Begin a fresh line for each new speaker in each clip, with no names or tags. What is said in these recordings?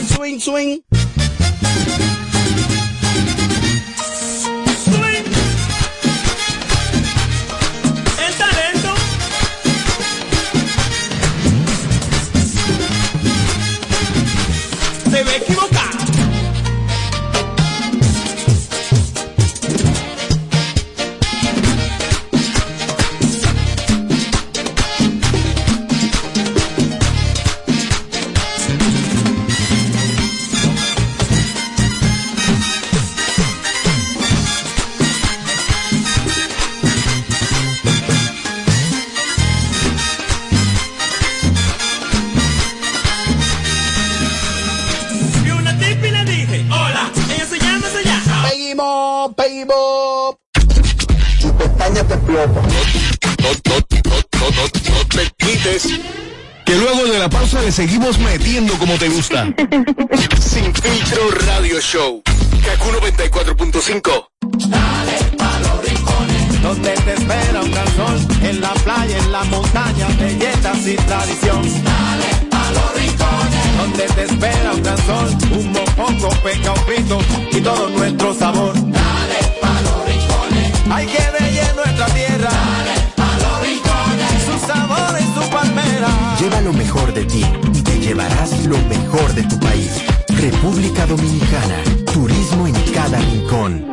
swing.
Swing. El talento. Se ve equivocado. Vi una tipa y le dije, hola. Ella se llama, se llama.
Paybop, paybop.
quites. Que luego de la pausa le seguimos metiendo como te gusta. Sin filtro radio show. Kaku 94.5.
donde te espera un gran sol, en la playa, en la montaña, belletas y tradición. Dale a los rincones, donde te espera un gran sol, un mopongo, peca, un pito y todo nuestro sabor. Dale a los rincones, hay que belle nuestra tierra. Dale a los rincones, su sabor y su palmera.
Lleva lo mejor de ti y te llevarás lo mejor de tu país. República Dominicana. Turismo en cada rincón.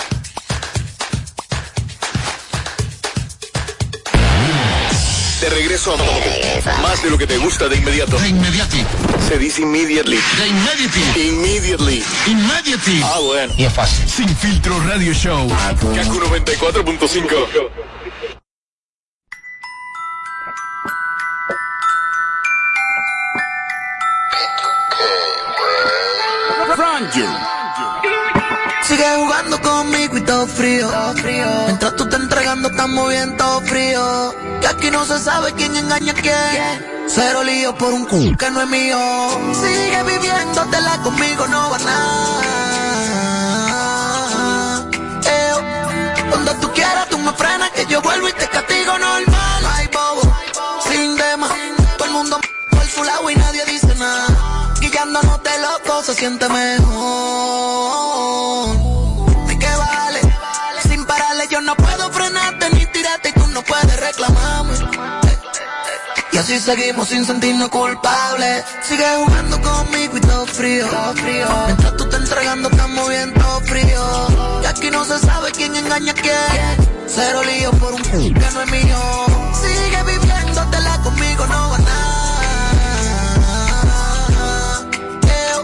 De regreso a más de lo que te gusta de inmediato.
De inmediati.
Se dice immediately.
De inmediati.
Immediately.
Inmediati.
Ah, bueno.
Y es fácil.
Sin filtro radio show. Kaku 94.5.
Sigue jugando conmigo y todo frío. Mientras tú te entregando, estamos bien todo frío. Que aquí no se sabe quién engaña a quién. Cero lío por un cu que no es mío. Sigue viviéndotela conmigo, no va nada. Eh, cuando tú quieras, tú me frenas que yo vuelvo y te castigo normal. Ay, bobo, sin dema. Todo el mundo por su lado y nadie dice nada. Guillándonos de loco se siente mejor. ¿De qué vale? Sin pararle yo no puedo frenarte ni tirarte y tú no puedes reclamarme. Y así seguimos sin sentirnos culpables. Sigue jugando conmigo y todo frío. Mientras tú te entregando, estamos bien todo frío. Y aquí no se sabe quién engaña a quién. Cero lío por un que no es mío. Sigue viviéndotela conmigo, no va nada. Eh,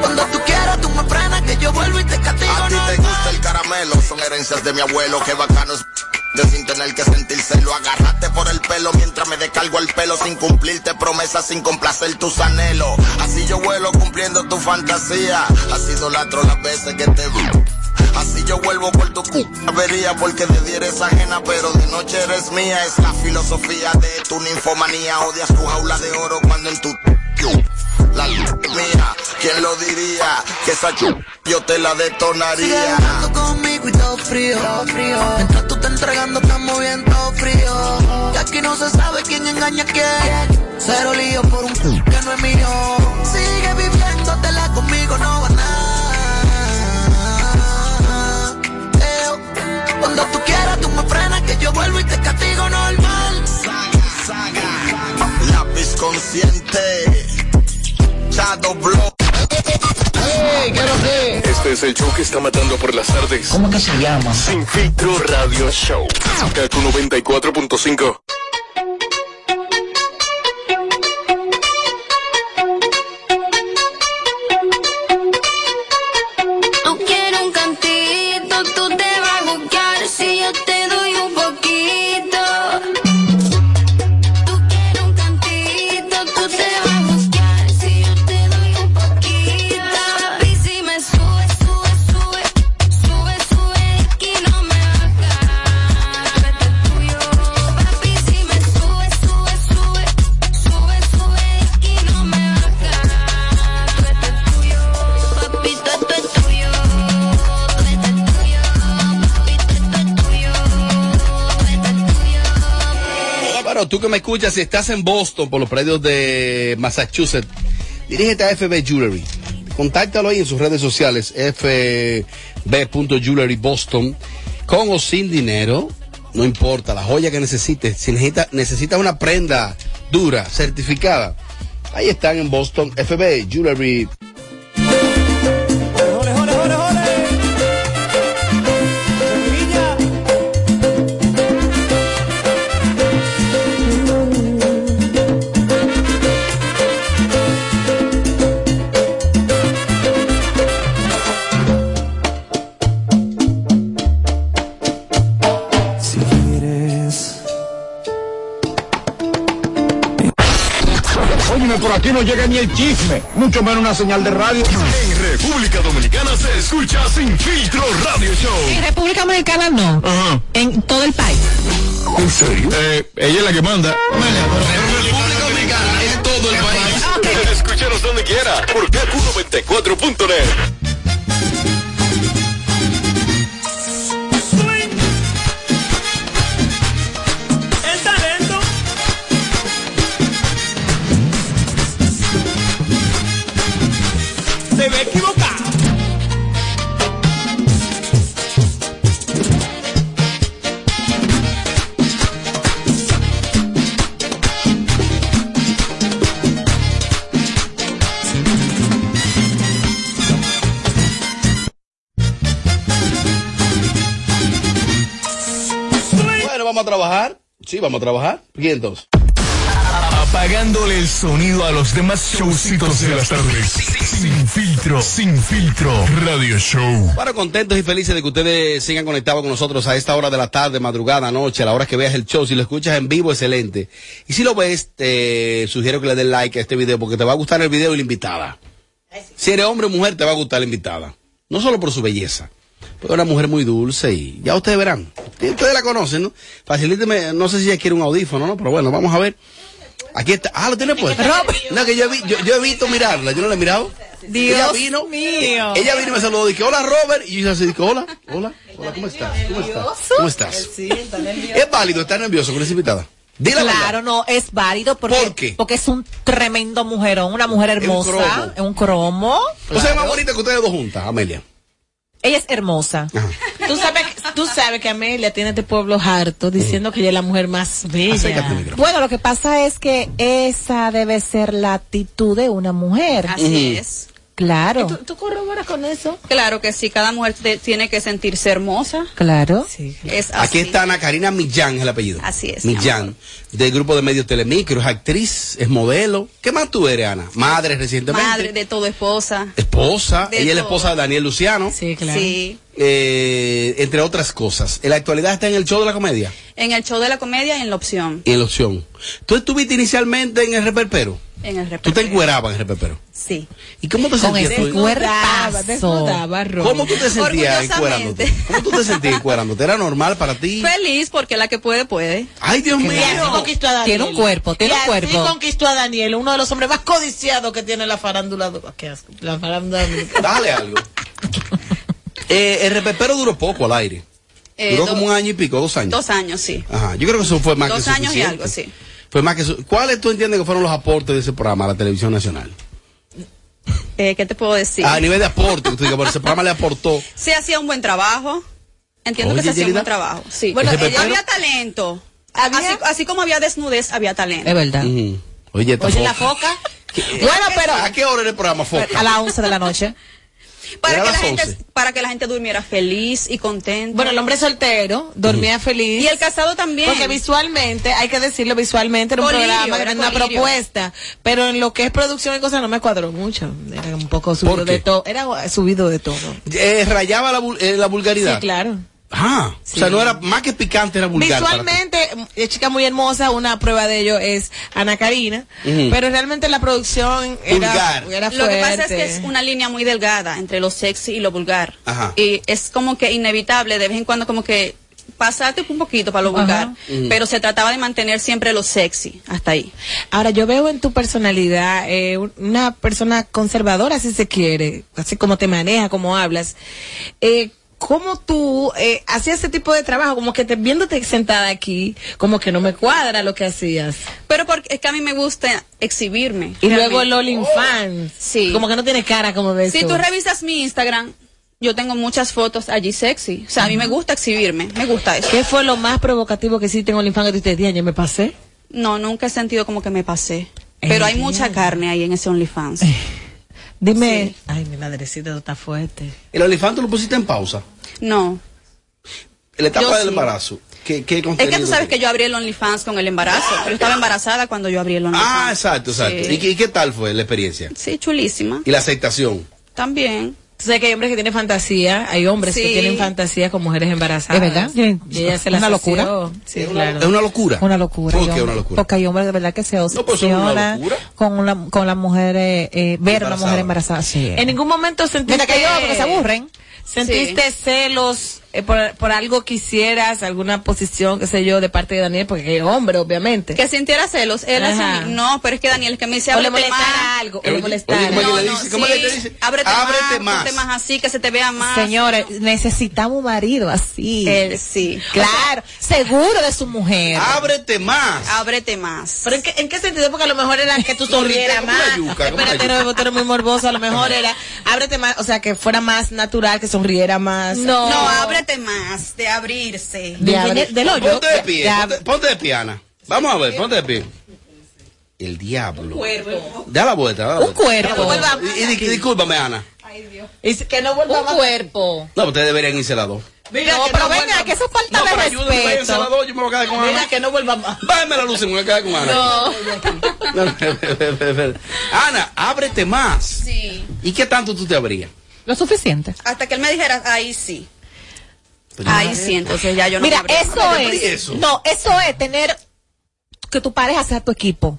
Cuando tú quieras, tú me frenas que yo vuelvo y te castigo.
A ti te
normal.
gusta el caramelo, son herencias de mi abuelo, que bacano es de sin tener que sentírselo. Agarrate por el pelo mientras me descargo el pelo, sin cumplirte promesas, sin complacer tus anhelos. Así yo vuelo cumpliendo tu fantasía, así idolatro las veces que te vi. Así yo vuelvo por tu avería porque de día eres ajena, pero de noche eres mía. Es la filosofía de tu ninfomanía, odias tu jaula de oro cuando en tu... La mía, ¿quién lo diría? Que esa ch- yo te la
Sigue
detonaría.
jugando conmigo y todo frío. Mientras tú te entregando, estamos bien todo frío. Que aquí no se sabe quién engaña a quién. Cero lío por un c- que no es mío. Sigue viviéndotela conmigo, no va nada. Eh, Cuando tú quieras, tú me frenas que yo vuelvo y te castigo normal.
Lápiz consciente. Shadow Blow.
Este es el show que está matando por las tardes.
¿Cómo que se llama?
Sin filtro radio show. Kaku 94.5.
Tú quieres un cantito, tú te vas a buscar si yo te doy un poquito. Tú quieres un cantito, tú te vas a buscar si yo te doy un poquito. Papi, si me sube, sube, sube, sube, sube, que no me baja.
Ah, tú que me escuchas, si estás en Boston por los predios de Massachusetts, dirígete a FB Jewelry. Contáctalo ahí en sus redes sociales, fb.jewelry Boston, con o sin dinero, no importa, la joya que necesites. Si necesitas necesitas una prenda dura, certificada, ahí están en Boston, FB Jewelry.
Si quieres.
Óyeme, por aquí no llega ni el chisme, mucho menos una señal de radio. En República Dominicana se escucha Sin Filtro Radio Show.
En República Dominicana no. En todo el país.
¿En serio? Eh, ella es la que manda.
República Dominicana en todo el país.
Escúchanos donde quiera por KQ94.net.
El talento. Se ve equivocado.
Bueno, vamos a trabajar. Sí, vamos a trabajar. ¿Y entonces?
Apagándole el sonido a los demás showcitos de las tardes. Sin filtro, sin filtro, radio show.
Bueno, contentos y felices de que ustedes sigan conectados con nosotros a esta hora de la tarde, madrugada, noche, a la hora que veas el show. Si lo escuchas en vivo, excelente. Y si lo ves, te sugiero que le des like a este video porque te va a gustar el video y la invitada. Si eres hombre o mujer, te va a gustar la invitada. No solo por su belleza, pero una mujer muy dulce y ya ustedes verán. Ustedes la conocen, ¿no? Facilíteme, no sé si ella quiere un audífono, ¿no? Pero bueno, vamos a ver. Aquí está. Ah, lo tiene puesto. No, que yo, vi- yo, yo he visto mirarla, yo no la he mirado.
Dios
Ella vino.
mío.
Ella vino y me saludó. Dije, hola Robert. Y yo así dije, hola, hola, hola, ¿cómo estás? ¿Cómo estás? ¿Cómo estás?
Sí, está nervioso.
Es válido estar nervioso con esa invitada. Dile la verdad.
claro, no, es válido porque,
¿Por qué?
porque es un tremendo mujerón, una mujer
Es un
hermosa,
cromo.
es un cromo.
O sea, es
claro.
más bonita que ustedes dos juntas, Amelia.
Ella es hermosa.
Tú sabes, tú sabes que Amelia tiene este pueblo harto diciendo que ella es la mujer más bella.
Bueno, lo que pasa es que esa debe ser la actitud de una mujer.
Así es.
Claro,
¿Tú, tú corroboras con eso? Claro que sí, cada mujer te- tiene que sentirse hermosa.
claro.
Es
Aquí
así.
está Ana Karina Millán, es el apellido.
Así es, mi
Millán, del grupo de medios Telemicro, es actriz, es modelo. ¿Qué más tú eres, Ana? Madre recientemente.
Madre de todo, esposa.
Esposa.
De
ella es la
todo.
esposa de Daniel Luciano. Sí,
claro. Sí.
entre otras cosas. En la actualidad está en el show de la comedia
En el show de la comedia y en la opción.
y en la opción. Tú estuviste inicialmente en el reperpero.
En el
Tú
repertorio.
te encuerabas en el reperpero.
Sí.
¿Y cómo te
Con
sentías
ese
tú?
cuerpazo. Desnudaba, Rob.
¿Cómo tú te sentías
Orgullosamente.
encuerándote? ¿Cómo tú te sentías encuerándote? ¿Era normal para ti?
Feliz porque la que puede, puede.
Ay, Dios mío.
Y así conquistó a Daniel.
Tiene un cuerpo, tiene
Y
un
así
cuerpo.
conquistó a Daniel, uno de los hombres más codiciados que tiene la farándula. do- Qué asco, la farándula dominicana.
Dale algo. Eh, el reperpero duró poco al aire.
Eh,
duró
do-
como un año y pico, dos años.
Dos años, sí.
Ajá, yo creo que eso fue más
Dos
que
años y
suficiente.
algo, sí.
Fue más que su- ¿Cuáles tú entiendes que fueron los aportes de ese programa a la televisión nacional?
Eh, ¿Qué te puedo decir?
A nivel de aporte, que tú digas, bueno, ese programa le aportó.
Se hacía un buen trabajo. Entiendo
Oye,
que se hacía un
Yelida.
buen trabajo. Sí.
Bueno, Ese
Eh,
pepero-
había talento. Así, así como había desnudez, había talento.
verdad.
Oye, esta foca.
foca.
Bueno, pero.
¿A qué hora era el programa Foca?
A las 11 de la noche.
Para
Era
que,
a
la
las
gente,
11.
para que la gente durmiera feliz y contenta.
Bueno, el hombre soltero dormía feliz.
Y el casado también.
Porque visualmente, hay que decirlo, visualmente era un
Colirio,
programa,
era
era una
colirio.
propuesta. Pero en lo que es producción y cosas no me cuadró mucho. Era un poco subido de todo. Era subido de todo.
Eh, rayaba la, vul- eh, la vulgaridad.
Sí, claro.
Ah, o sea, no era más que picante, era vulgar. para ti.
Visualmente, es chica muy hermosa, una prueba de ello es Ana Karina,
Ujú.
pero realmente la producción era, era
Lo que pasa es que
fuerte.
es una línea muy delgada entre lo sexy y lo vulgar.
Ajá.
Y es como que inevitable de vez en cuando como que pasarte un poquito para lo vulgar.
Ujú.
Pero se trataba de mantener siempre lo sexy. Hasta ahí.
Ahora, yo veo en tu personalidad eh, un- una persona conservadora, si se quiere, así como te maneja, como hablas. Eh, cómo tú eh, hacías ese tipo de trabajo, como que te, viéndote sentada aquí, como que no me cuadra lo que hacías.
Pero porque es que a mí me gusta exhibirme.
Y
realmente.
luego el All in Fans.
Sí.
Como que no tiene cara como de
Si
eso.
tú revisas mi Instagram, yo tengo muchas fotos allí sexy. O sea, a mí me gusta exhibirme, me gusta eso.
¿Qué fue lo más provocativo que hiciste en OnlyFans que tú dices, "Diaño, me pasé?
No, nunca he sentido como que me pasé. Pero
Eh.
hay mucha carne ahí en ese OnlyFans.
Dime. Ay, mi madrecita, está fuerte.
El olifante lo pusiste en pausa.
No.
En La etapa
Yo
del
sí.
embarazo. ¿Qué, qué
Es
contenido
que tú sabes
tiene?
que yo abrí el OnlyFans con el embarazo. Yo estaba embarazada cuando yo abrí el OnlyFans.
Ah, exacto, exacto.
Sí.
¿Y, qué, y qué tal fue la experiencia?
Sí, chulísima.
¿Y la aceptación?
También.
Tú sabes que hay hombres que tienen fantasía, hay hombres
Sí.
que tienen fantasía con mujeres embarazadas.
¿Es verdad?
Sí. Y ella se la
Una
asesió.
locura.
Sí,
Es
claro.
Es una locura.
Una locura.
¿Por
hay
qué una
hombres-
locura?
Porque hay hombres de verdad que se
pues son una
obsesionan
locura.
con, la, con las mujeres, eh, ver a una
Embarazada.
mujer embarazada. Sí.
En ningún momento sentiste.
Mira que hay otros que se aburren.
Sentiste celos eh, por, por algo que hicieras, alguna posición, qué sé yo, de parte de Daniel, porque es hombre, obviamente.
Que sintiera celos. Él es
Ajá.
un- No, pero es que Daniel, es que me dice,
O le
ábrete más.
molestara algo, o le
Oye,
molestara.
oye, ¿cómo es que le
No, no,
dice? ¿Cómo es que le dice? Ábrete, más. ponte más así, que se te vea más.
Señores, necesitamos un marido así.
Eh, sí.
Claro, seguro de su mujer.
Ábrete más.
Ábrete más.
¿Pero en qué, en qué sentido? Porque a lo mejor era que tú sonrieras
Como una
más.
yuca, como una
Espérate,
yuca.
no, tú eres muy morboso. A lo mejor era, ábrete más, o sea, que fuera más natural, que sonriera más.
No. ábrete más de abrirse.
De abrir- del hoyo.
Ponte de pie,
Ya-
ponte, ponte de pie, Ana. Vamos a ver, ponte de pie. El diablo. Da la vuelta, da la vuelta.
cuerpo.
Y, y di- discúlpame, Ana.
Y que no vuelva
un cuerpo.
No, ustedes deberían irse las dos.
Mira,
no,
que
pero
no
venga,
vuelva-
que eso es falta
No,
de
pero ayúdenme, váyanse las
respeto.
dos, yo me voy a quedar con Ana.
que no vuelva más.
Bájame la luz y me voy a quedar con Ana. No, no, Ana, ábrete más.
Sí.
¿Y qué tanto tú te abrías?
Lo suficiente.
Hasta que él me dijera, ahí sí.
Pues
Ahí sí, entonces ya yo no
Mira,
me abría.
eso
Pero,
es.
¿y eso?
No, eso es tener que tu pareja sea tu equipo.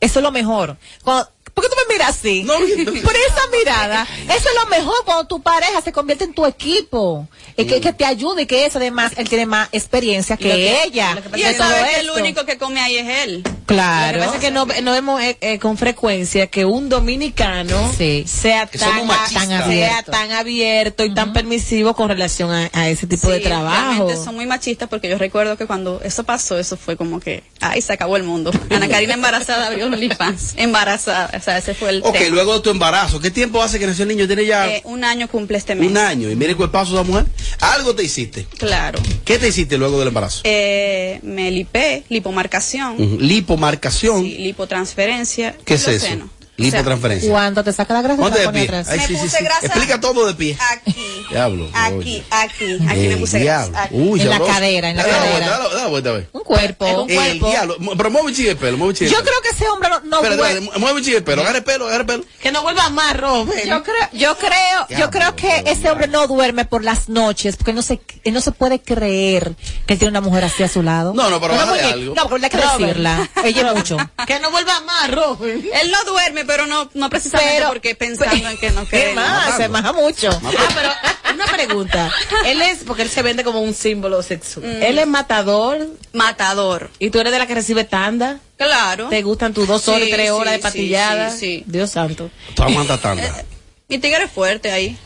Eso es lo mejor. Cuando- ¿Por qué tú me miras así? Por esa mirada. Eso es lo mejor cuando tu pareja se convierte en tu equipo. Y que, que te ayude y que eso además él tiene más experiencia que,
Lo que-
ella.
lo que
Y
de
él
todo
sabe que el
esto.
único que come ahí es él.
Claro.
Lo que pasa es que no, no vemos eh, eh, con frecuencia que un dominicano sea
Que
tan,
somos machistas.
tan abierto.
abierto.
sea tan abierto y tan permisivo con relación a, a ese tipo de
Sí,
trabajo.
realmente son muy machistas porque yo recuerdo que cuando eso pasó, eso fue como que, ay, se acabó el mundo. Ana Karina embarazada abrió OnlyFans. Embarazada. O sea, ese fue el
Ok,
tema.
luego de tu embarazo, ¿qué tiempo hace que nació el niño? Tiene ya
Eh, un año cumple este mes.
un año. Y mire cuál paso esa mujer. Algo te hiciste.
Claro.
¿Qué te hiciste luego del embarazo?
Eh, me lipé, lipomarcación,
Ujú. Lipomarcación.
lipotransferencia.
¿Qué es
los
eso?
senos.
Lipotransferencia.
Cuando te saca la grasa,
Ponte
te
de
la pone
pie.
atrás.
Ay, sí, sí, sí. Explica todo de pie. Aquí. Diablo.
Aquí, aquí, aquí me
El
puse grasa,
diablo.
aquí.
Uy,
En la
sabroso.
cadera, en la
Dale
cadera. Eh,
vuelta, dale- dale vuelta, a ver.
Un cuerpo.
El diablo. Mu- Pero mueve un chin el pelo, mueve un chin el
Yo
pelo.
creo que ese hombre no, no
Espera,
vuelve-
dale, mu- mueve un chin el pelo, agarra el pelo, agarra el pelo.
Que no vuelva más, Rob.
Yo creo, yo creo, yo creo que ese hombre no duerme por las noches porque no se, él no se puede creer que él tiene una mujer así a su lado.
No, no, pero
no,
bájale
porque-
algo.
No, porque hay que
Robert.
decirla. Ella es mucho.
que no vuelva más, Rob.
Él no duerme, pero no, no precisamente
Pero-
porque pensando en que no
¿Qué
queremos.
más? Se maja mucho.
Ah, pero una pregunta. Él es, porque él se vende como un símbolo sexual.
Mm.
Él es matador.
Matador.
Y tú eres de la que recibe tanda.
Claro.
Te gustan tus dos horas,
Sí,
tres
sí,
horas de
sí,
patillada.
sí, sí.
Dios santo.
Tú aguantas tanda.
Mi tigre es fuerte ahí.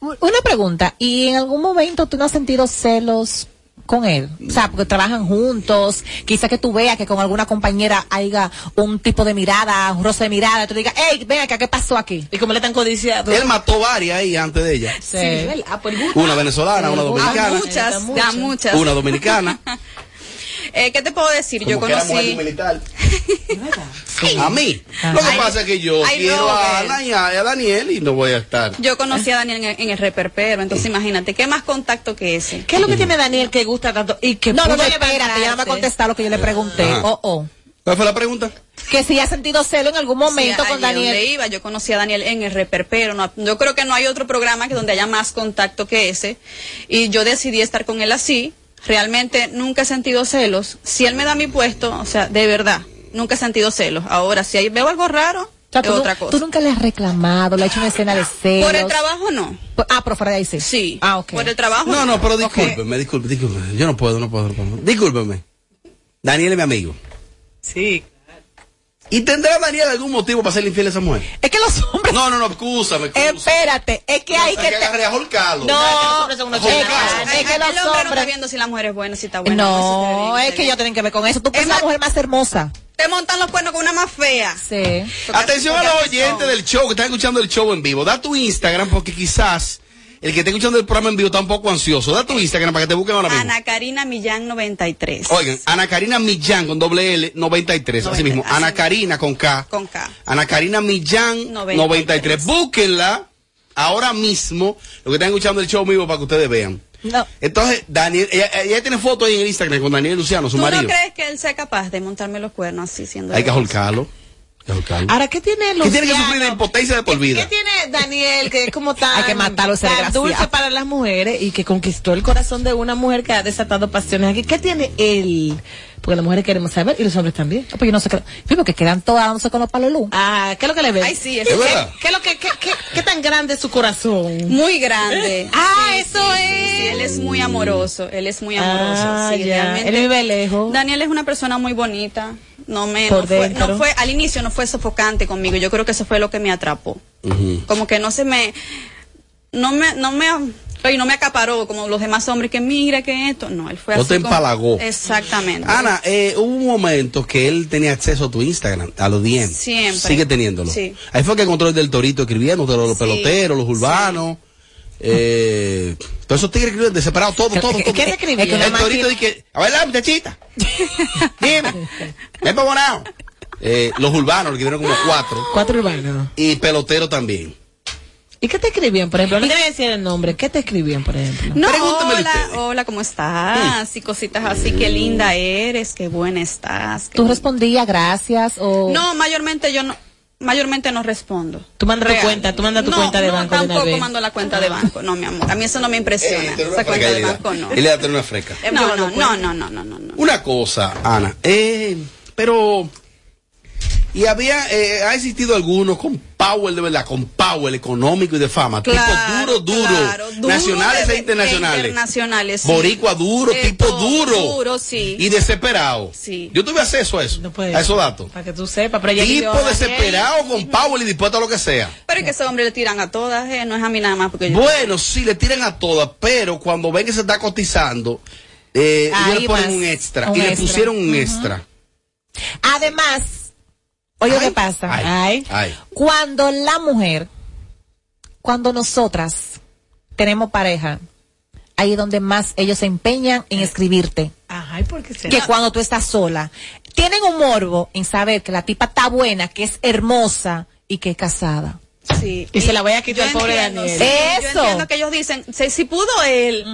Una pregunta. ¿Y en algún momento tú no has sentido celos con él? O sea, porque trabajan juntos. Quizás que tú veas que con alguna compañera haya un tipo de mirada, un roce de mirada. Tú digas, hey, ven acá, ¿qué pasó aquí?
Y como le están codiciado.
Él mató varias ahí antes de ella.
Sí, ¿verdad? Ah, pues, Por gusto.
Una venezolana, una
Da
dominicana.
Ah, muchas, da muchas.
Una dominicana.
Eh, ¿Qué te puedo decir? Yo
Como que era mujer de
conocí.
un militar. A mí.
Ah.
Lo que
Ay,
pasa es que yo
ay,
quiero a
Robert.
Ana y a, y a Daniel y no voy a estar.
Yo conocí a Daniel en, en el reperpero, entonces imagínate, ¿qué más contacto que ese?
¿Qué es lo que tiene Daniel que gusta tanto? Y que
No, no,
pudo
no, espérate,
levantarse?
ya no me ha contestado lo que yo le pregunté.
Ajá.
Oh, oh.
¿Cuál fue la pregunta?
Que si ha sentido celo en algún momento
Sí,
con
allí donde
Daniel.
iba, yo conocí a Daniel en el reperpero. no- yo creo que no hay otro programa que donde haya más contacto que ese. Y yo decidí estar con él así. Realmente nunca he sentido celos. Si él me da mi puesto, o sea, de verdad, nunca he sentido celos. Ahora, si ahí veo algo raro,
O sea,
es
tú, nu-
otra cosa.
tú nunca le has reclamado, le has hecho una escena de celos.
Por el trabajo, no.
Por- Ah, pero fuera de ahí sí.
Sí.
Ah, ok.
Por el trabajo.
No, no, pero discúlpeme, discúlpeme, discúlpeme. Yo no puedo, no puedo, no puedo. Discúlpeme. Daniel es mi amigo.
Sí.
¿Y tendrá Daniel algún motivo para ser infiel a esa mujer?
Es que los hombres.
No, no, no, excúsame. excúsame.
Espérate, es que hay
Hay
que.
que agarrar a ahorcarlo.
No,
Ay, que los hombres son unos
es que-
chingados.
es que
El
los
hombre no está
hombres.
viendo si la mujer es buena, si está buena.
No, es que ellos tienen que ver con eso. Tú puedes ser la mujer más hermosa.
Te montan los cuernos con una más fea.
Sí.
Atención a los oyentes del show que están escuchando el show en vivo. Da tu Instagram porque quizás el que esté escuchando el programa en vivo está un poco ansioso. Da tu Instagram para que te busquen ahora mismo.
Ana Karina Millán 93.
Oigan, Ana Karina Millán con doble L 93, así mismo. Ana Karina con K.
Con K.
Ana Karina Millán
93.
93. Búsquenla ahora mismo, lo que están escuchando el show en vivo para que ustedes vean.
No.
Entonces, Daniel, ella, ella tiene foto ahí en el Instagram con Daniel Luciano, su
¿Tú
marido.
no crees que él sea capaz de montarme los cuernos así siendo
Hay que ahorcarlo. Hay que ahorcarlo.
Ahora, ¿qué tiene
¿Qué tiene que sufrir de impotencia de por vida?
tiene Daniel que es como tan,
Hay que matarlo, ese
tan
desgraciado.
dulce para las mujeres y que conquistó el corazón de una mujer que ha desatado pasiones aquí? ¿Qué tiene él? Porque las mujeres queremos saber y los hombres también.
No, pues yo no sé qué. Porque quedan todas dándose con los palos de luz.
Ah, ¿qué es lo que le ve?
Ay, sí, es-
¿Qué,
Es verdad.
qué es lo que, qué, qué- qué tan grande es su corazón?
Muy grande.
Ah,
Sí,
eso
sí,
es.
sí, sí, él es muy amoroso, él es muy amoroso.
Ah,
sí,
ya.
realmente.
Él vive lejos.
Daniel es una persona muy bonita. No me
Por
no fue,
dentro.
no fue- al inicio no fue sofocante conmigo. Yo creo que eso fue lo que me atrapó.
Ujú.
Como que no se me no me no me oye, no me acaparó como los demás hombres que mira que esto. No, él fue
No
así.
te
como-
empalagó.
Exactamente.
Ana, eh, hubo un momento que él tenía acceso a tu Instagram, a los 10.
Siempre.
Sigue teniéndolo.
Sí.
Ahí fue que encontró el del Torito escribiéndote, los, los
Sí.
peloteros, los urbanos. Eh, todos esos tigres escribían de separado, todo, todo, todo.
qué te escribían? Es que una
El Torito
máquina-
dije, a ver la muchachita. Dime, ven pa' Bonao. Eh, los urbanos, que vieron como cuatro.
Cuatro urbanos.
Y pelotero también.
¿Y qué te escribían, por ejemplo? No te voy a decir el nombre. ¿Qué te escribían, por ejemplo?
No,
Pregúntamelo
hola, hola, ¿cómo estás? Y cositas así, qué linda eres, qué buena estás. qué
Tú respondías gracias o.
No, mayormente yo no, mayormente no respondo.
Tú mandas tu
Real.
cuenta, tú mandas tu
No,
cuenta de
no,
banco de una
tampoco
vez.
mando la cuenta de banco, no, mi amor. A mí eso no me
Eh,
impresiona. esa cuenta de banco no.
Él le da a tener una freca.
No, no, no, no, no, no, no.
Una cosa, Ana, pues. eh, pero y había eh, ha existido algunos con power de verdad, con power económico y de fama,
Claro,
tipo duro, duro,
claro, duro
nacionales
de-
e internacionales,
de internacionales, sí.
boricua duro,
De
tipo
todo,
duro,
duro, sí.
y desesperado.
Sí.
Yo tuve acceso a eso, a esos datos.
Para que tú sepas, pero ya
Tipo
vivió,
desesperado con power y dispuesto a lo que sea.
Pero es que esos hombres le tiran a todas, eh, no es a mí nada más porque yo...
Bueno, sí, le tiran a todas, pero cuando ven que se está cotizando, eh, ellos
Ahí
le ponen
vas,
un extra.
un
y le
extra.
pusieron un
Ujú.
extra.
Además, oye, ¿qué pasa? Ay.
Ay.
Cuando la mujer, cuando nosotras tenemos pareja, ahí es donde más ellos se empeñan en escribirte.
Ajá, ¿y por qué será?
que cuando tú estás sola. Tienen un morbo en saber que la tipa está buena, que es hermosa y que es casada.
Sí.
Y se la voy a quitar
Yo
al pobre
entiendo,
Daniel.
sí,
Eso.
Yo entiendo que ellos dicen, si, si pudo él,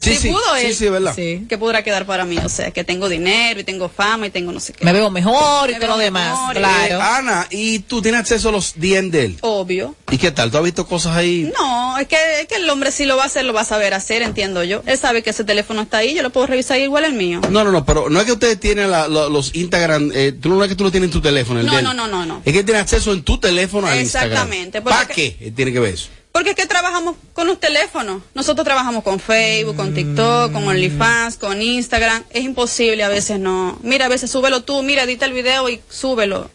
Sí,
si
sí,
pudo
sí,
él,
sí, verdad.
que podrá quedar para mí. O sea, que tengo dinero y tengo fama y tengo no sé qué.
Me veo mejor y
Me
todo lo
veo
demás.
mejor y-
Eh, Ana, ¿y tú tienes acceso a los DM de él?
Obvio.
¿Y qué tal? ¿Tú has visto cosas ahí?
No, es que, es que el hombre si lo va a hacer, lo va a saber hacer, entiendo yo. Él sabe que ese teléfono está ahí, yo lo puedo revisar igual el mío.
No, no, no, pero no es que ustedes tienen la- lo- los Instagram, eh, tú no es que tú lo tienes en tu teléfono, el de
No,
él.
no, no, no, no.
Es que él tiene acceso en tu teléfono al Instagram.
Exactamente, porque-
¿Para qué Él tiene que ver eso?
Porque es que trabajamos con los teléfonos. Nosotros trabajamos con Facebook, con TikTok,
Mm.
con OnlyFans, con Instagram. Es imposible a veces no. Mira, a veces súbelo tú, mira, edita el video y súbelo.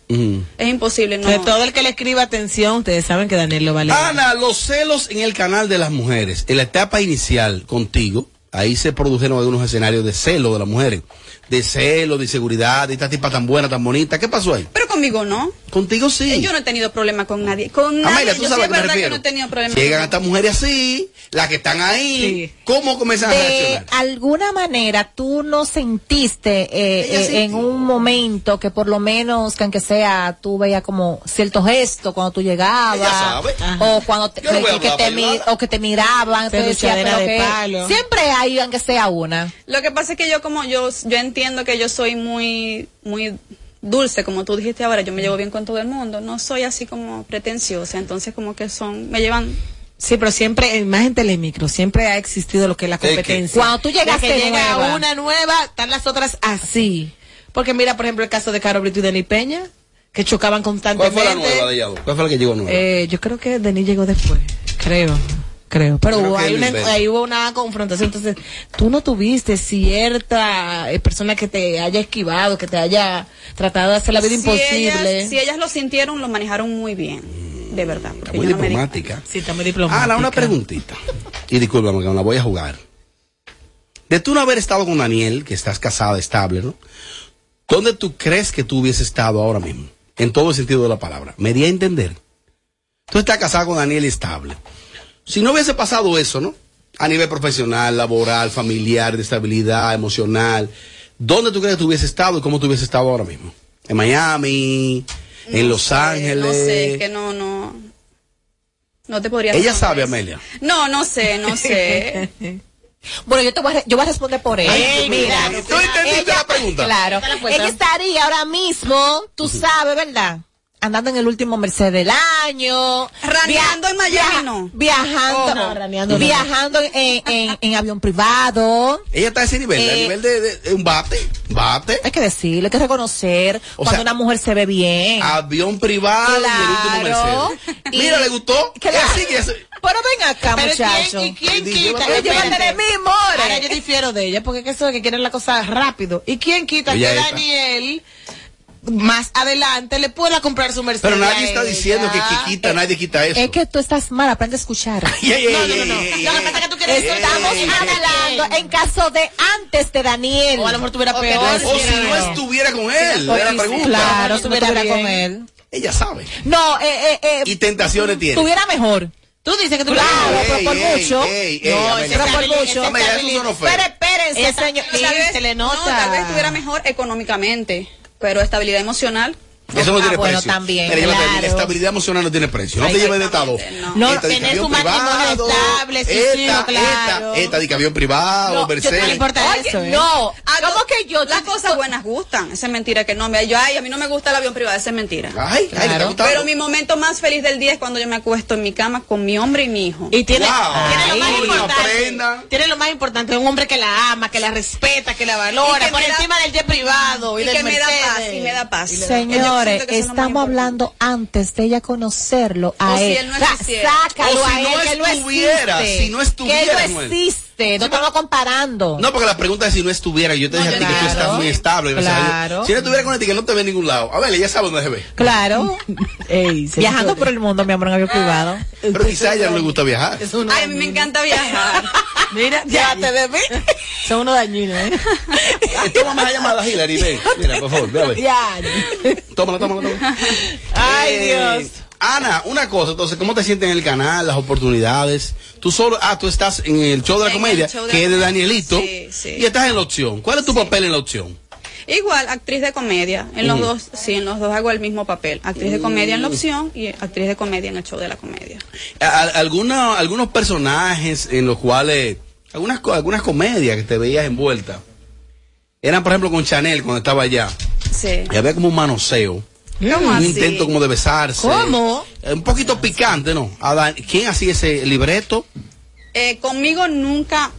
Es imposible, no.
De todo el que le escriba atención, ustedes saben que Daniel lo vale.
Ana, los celos en el canal de las mujeres, en la etapa inicial contigo, ahí se produjeron algunos escenarios de celo de las mujeres, de celo, de inseguridad, de esta tipa tan buena, tan bonita. ¿Qué pasó ahí?
Pero conmigo no.
Contigo sí.
Eh, Yo no he tenido problema con nadie. Con nadie.
Amelia, tú
yo sí
sabes
es
a qué me
verdad que
refiero.
no he tenido problema.
Llegan
con
estas mujeres así, las que están ahí, ¿cómo comienzan a
De
reaccionar?
alguna manera tú no sentiste eh,
Ella
eh, en un momento que por lo menos que aunque sea tú veías como cierto gesto cuando tú llegabas
Ella sabe.
o cuando te,
Yo no voy a
que
hablar
te
para
mi- o que te miraban tú decías,
Peluchadera
pero
de
que-
palo.
siempre hay aunque sea una.
Lo que pasa es que yo como yo yo entiendo que yo soy muy muy dulce como tú dijiste ahora, yo me llevo bien con todo el mundo, no soy así como pretenciosa, entonces como que son me llevan
Sí, pero siempre, eh, más en Telemicro, siempre ha existido lo que es la
¿De qué?
competencia.
Cuando tú llegaste
La que llega
nueva.
una nueva, están las otras así. Porque mira, por ejemplo, el caso de Caro Brito y Denis Peña, que chocaban
¿Cuál
constantemente.
Eh,
fue la nueva de ella? ¿Cuál fue la que llegó nueva?
Eh, yo creo que Denis llegó después, creo.
creo. Pero
Creo
hubo-
que
hay
él
una,
inventa.
ahí hubo una confrontación. Entonces, tú no tuviste cierta eh, persona que te haya esquivado, que te haya tratado de hacer la vida
Si
imposible.
ellas- si ellas lo sintieron, lo manejaron muy bien, de verdad. porque
muy
yo no me di-
diplomática.
Sí, está muy diplomática.
Ahora, una preguntita. Y discúlpame, que no la voy a jugar. De tú no haber estado con Daniel, que estás casada, estable, ¿no? ¿Dónde tú crees que tú hubiese estado ahora mismo? En todo el sentido de la palabra. Me di a entender. Tú estás casada con Daniel y estable. Si no hubiese pasado eso, ¿no? A nivel profesional, laboral, familiar, de estabilidad, emocional. ¿Dónde tú crees que tú hubiese estado y cómo tú hubiese estado ahora mismo? ¿En Miami? ¿En Los Ángeles?
No sé, es que no, no. No te podría
Ella
responder.
sabe, Amelia.
No, no sé, no sé.
bueno, yo te voy a, re- yo voy a responder por él.
Ay,
Mira,
claro,
¿Tú entendiste la pregunta?
Claro.
Te la cuento.
Ella estaría ahora mismo, tú sabes, ¿verdad? Andando en el último Mercedes del año.
Raneando
via-
en Miami,
via-
no.
Viajando.
Oh, no,
no,
raneando no.
Viajando en, en- en avión privado.
Ella está a ese nivel, a
Eh,
nivel de, de- de un bate, bate,
Hay que decirlo, hay que reconocer
O
cuando
sea,
una mujer se ve bien.
avión privado y el último
Claro.
Mercedes.
Y-
Mira, le gustó.
Claro.
Es así que es-
Pero ven acá,
Pero ¿quién-
muchacho.
y quién
Ay,
quita?
Pero llévate
Espérate.
de mí, more.
Ahora yo difiero de ella, porque es que eso es que quieren la cosa rápido. ¿Y quién quita
Ella
que
está.
Daniel más adelante le pueda comprar su Mercedes?
Pero nadie
a
está
ella?
diciendo que, que quita, nadie quita eso.
Es que tú estás mal, aprende a escuchar.
Ey, ey,
no,
ey,
no, no, no.
ey, ey,
Lo que pasa es que tú quieres Estamos
ey,
hablando en caso de antes de Daniel. O a lo mejor tuviera
o si no estuviera con él, era la pregunta.
Claro, estuviera con él.
Ella sabe.
No, eh, eh, eh.
Y tentaciones tiene.
Tuviera mejor. Tú dices que
tuviera
Claro,
mejor.
pero por
Ey, ey,
mucho.
ey, ey,
no,
Amelia.
pero por
Amelia,
mucho.
Amelia, eso sonó feo.
Pero espérense,
Esa-
señor.
tal vez-
se le
no,
nota.
tal vez estuviera mejor económicamente, pero estabilidad emocional.
Eso no
Ah,
tiene
bueno,
precio.
también,
Mira, llévate,
claro.
la estabilidad emocional no tiene precio. No te lleves de estado.
No,
Esta de que
tener
avión
tu matrimonio
privado,
estable, sí, sí,
esta,
no, claro.
Esta, esta de que avión privado,
No, yo
Mercedes.
te- no importa
Oye,
eso, ¿eh?
Ah, No,
¿cómo que yo?
Las cosas buenas gustan. Esa es mentira que no me. Yo, ay, a mí no me gusta el avión privado, esa es mentira.
Ay, ay, ¿te ha gustado?
Pero mi momento más feliz del día es cuando yo me acuesto en mi cama con mi hombre y mi hijo.
Y tiene, tiene lo
Ay,
más
una
importante. Tiene lo más importante, un hombre que la ama, que la respeta, que la valora,
Y que
por
me da-
encima del jet privado y,
y
del
que me da
Mercedes.
paz, y me da paz.
Señores, estamos hablando antes de ella conocerlo a
O si
él.
él no
O sea,
existiera.
sácalo
O si
a él,
no
que él no
estuviera,
existe.
si no estuviera,
Que él no
Noel.
existe. No estamos comparando.
No, porque la pregunta es si no estuviera. Yo te dije a ti que tú estás muy estable. gracias a Dios.
Claro.
Si no estuviera con el que no te ve en ningún lado. A ver, ella sabe dónde se ve.
Claro. Viajando por el mundo, mi amor, en avión privado.
Pero quizá a ella no le gusta viajar.
Ay, me encanta viajar.
Mira, llévate de mí.
Son unos dañinos, ¿eh?
Eh, Toma más la llamada, Hilary. Ven. Mira, por favor, ve a ver.
Ya.
Tómala, tómala, tómala. Ay, Dios. Ana, una cosa, entonces, ¿cómo te sientes en el canal, las oportunidades? Tú solo, ah, tú estás en el show de la
En el
comedia,
show de
que
la
es de
comedia.
Danielito,
Sí, sí.
y estás en la opción. ¿Cuál es tu papel en la opción?
Igual, actriz de comedia. En los
Ujú.
dos, sí, en los dos hago el mismo papel. Actriz de comedia en la
Mm.
opción y actriz de comedia en el show de la comedia.
A- a- alguna- algunos personajes en los cuales, algunas, co- algunas comedias que te veías envuelta, eran, por ejemplo, con Chanel cuando estaba allá.
Sí.
Y había como un manoseo. un
así?
intento como de besarse.
¿Cómo?
Eh, Un poquito picante, ¿no? A Dan- ¿Quién hacía ese libreto?
Eh, conmigo nunca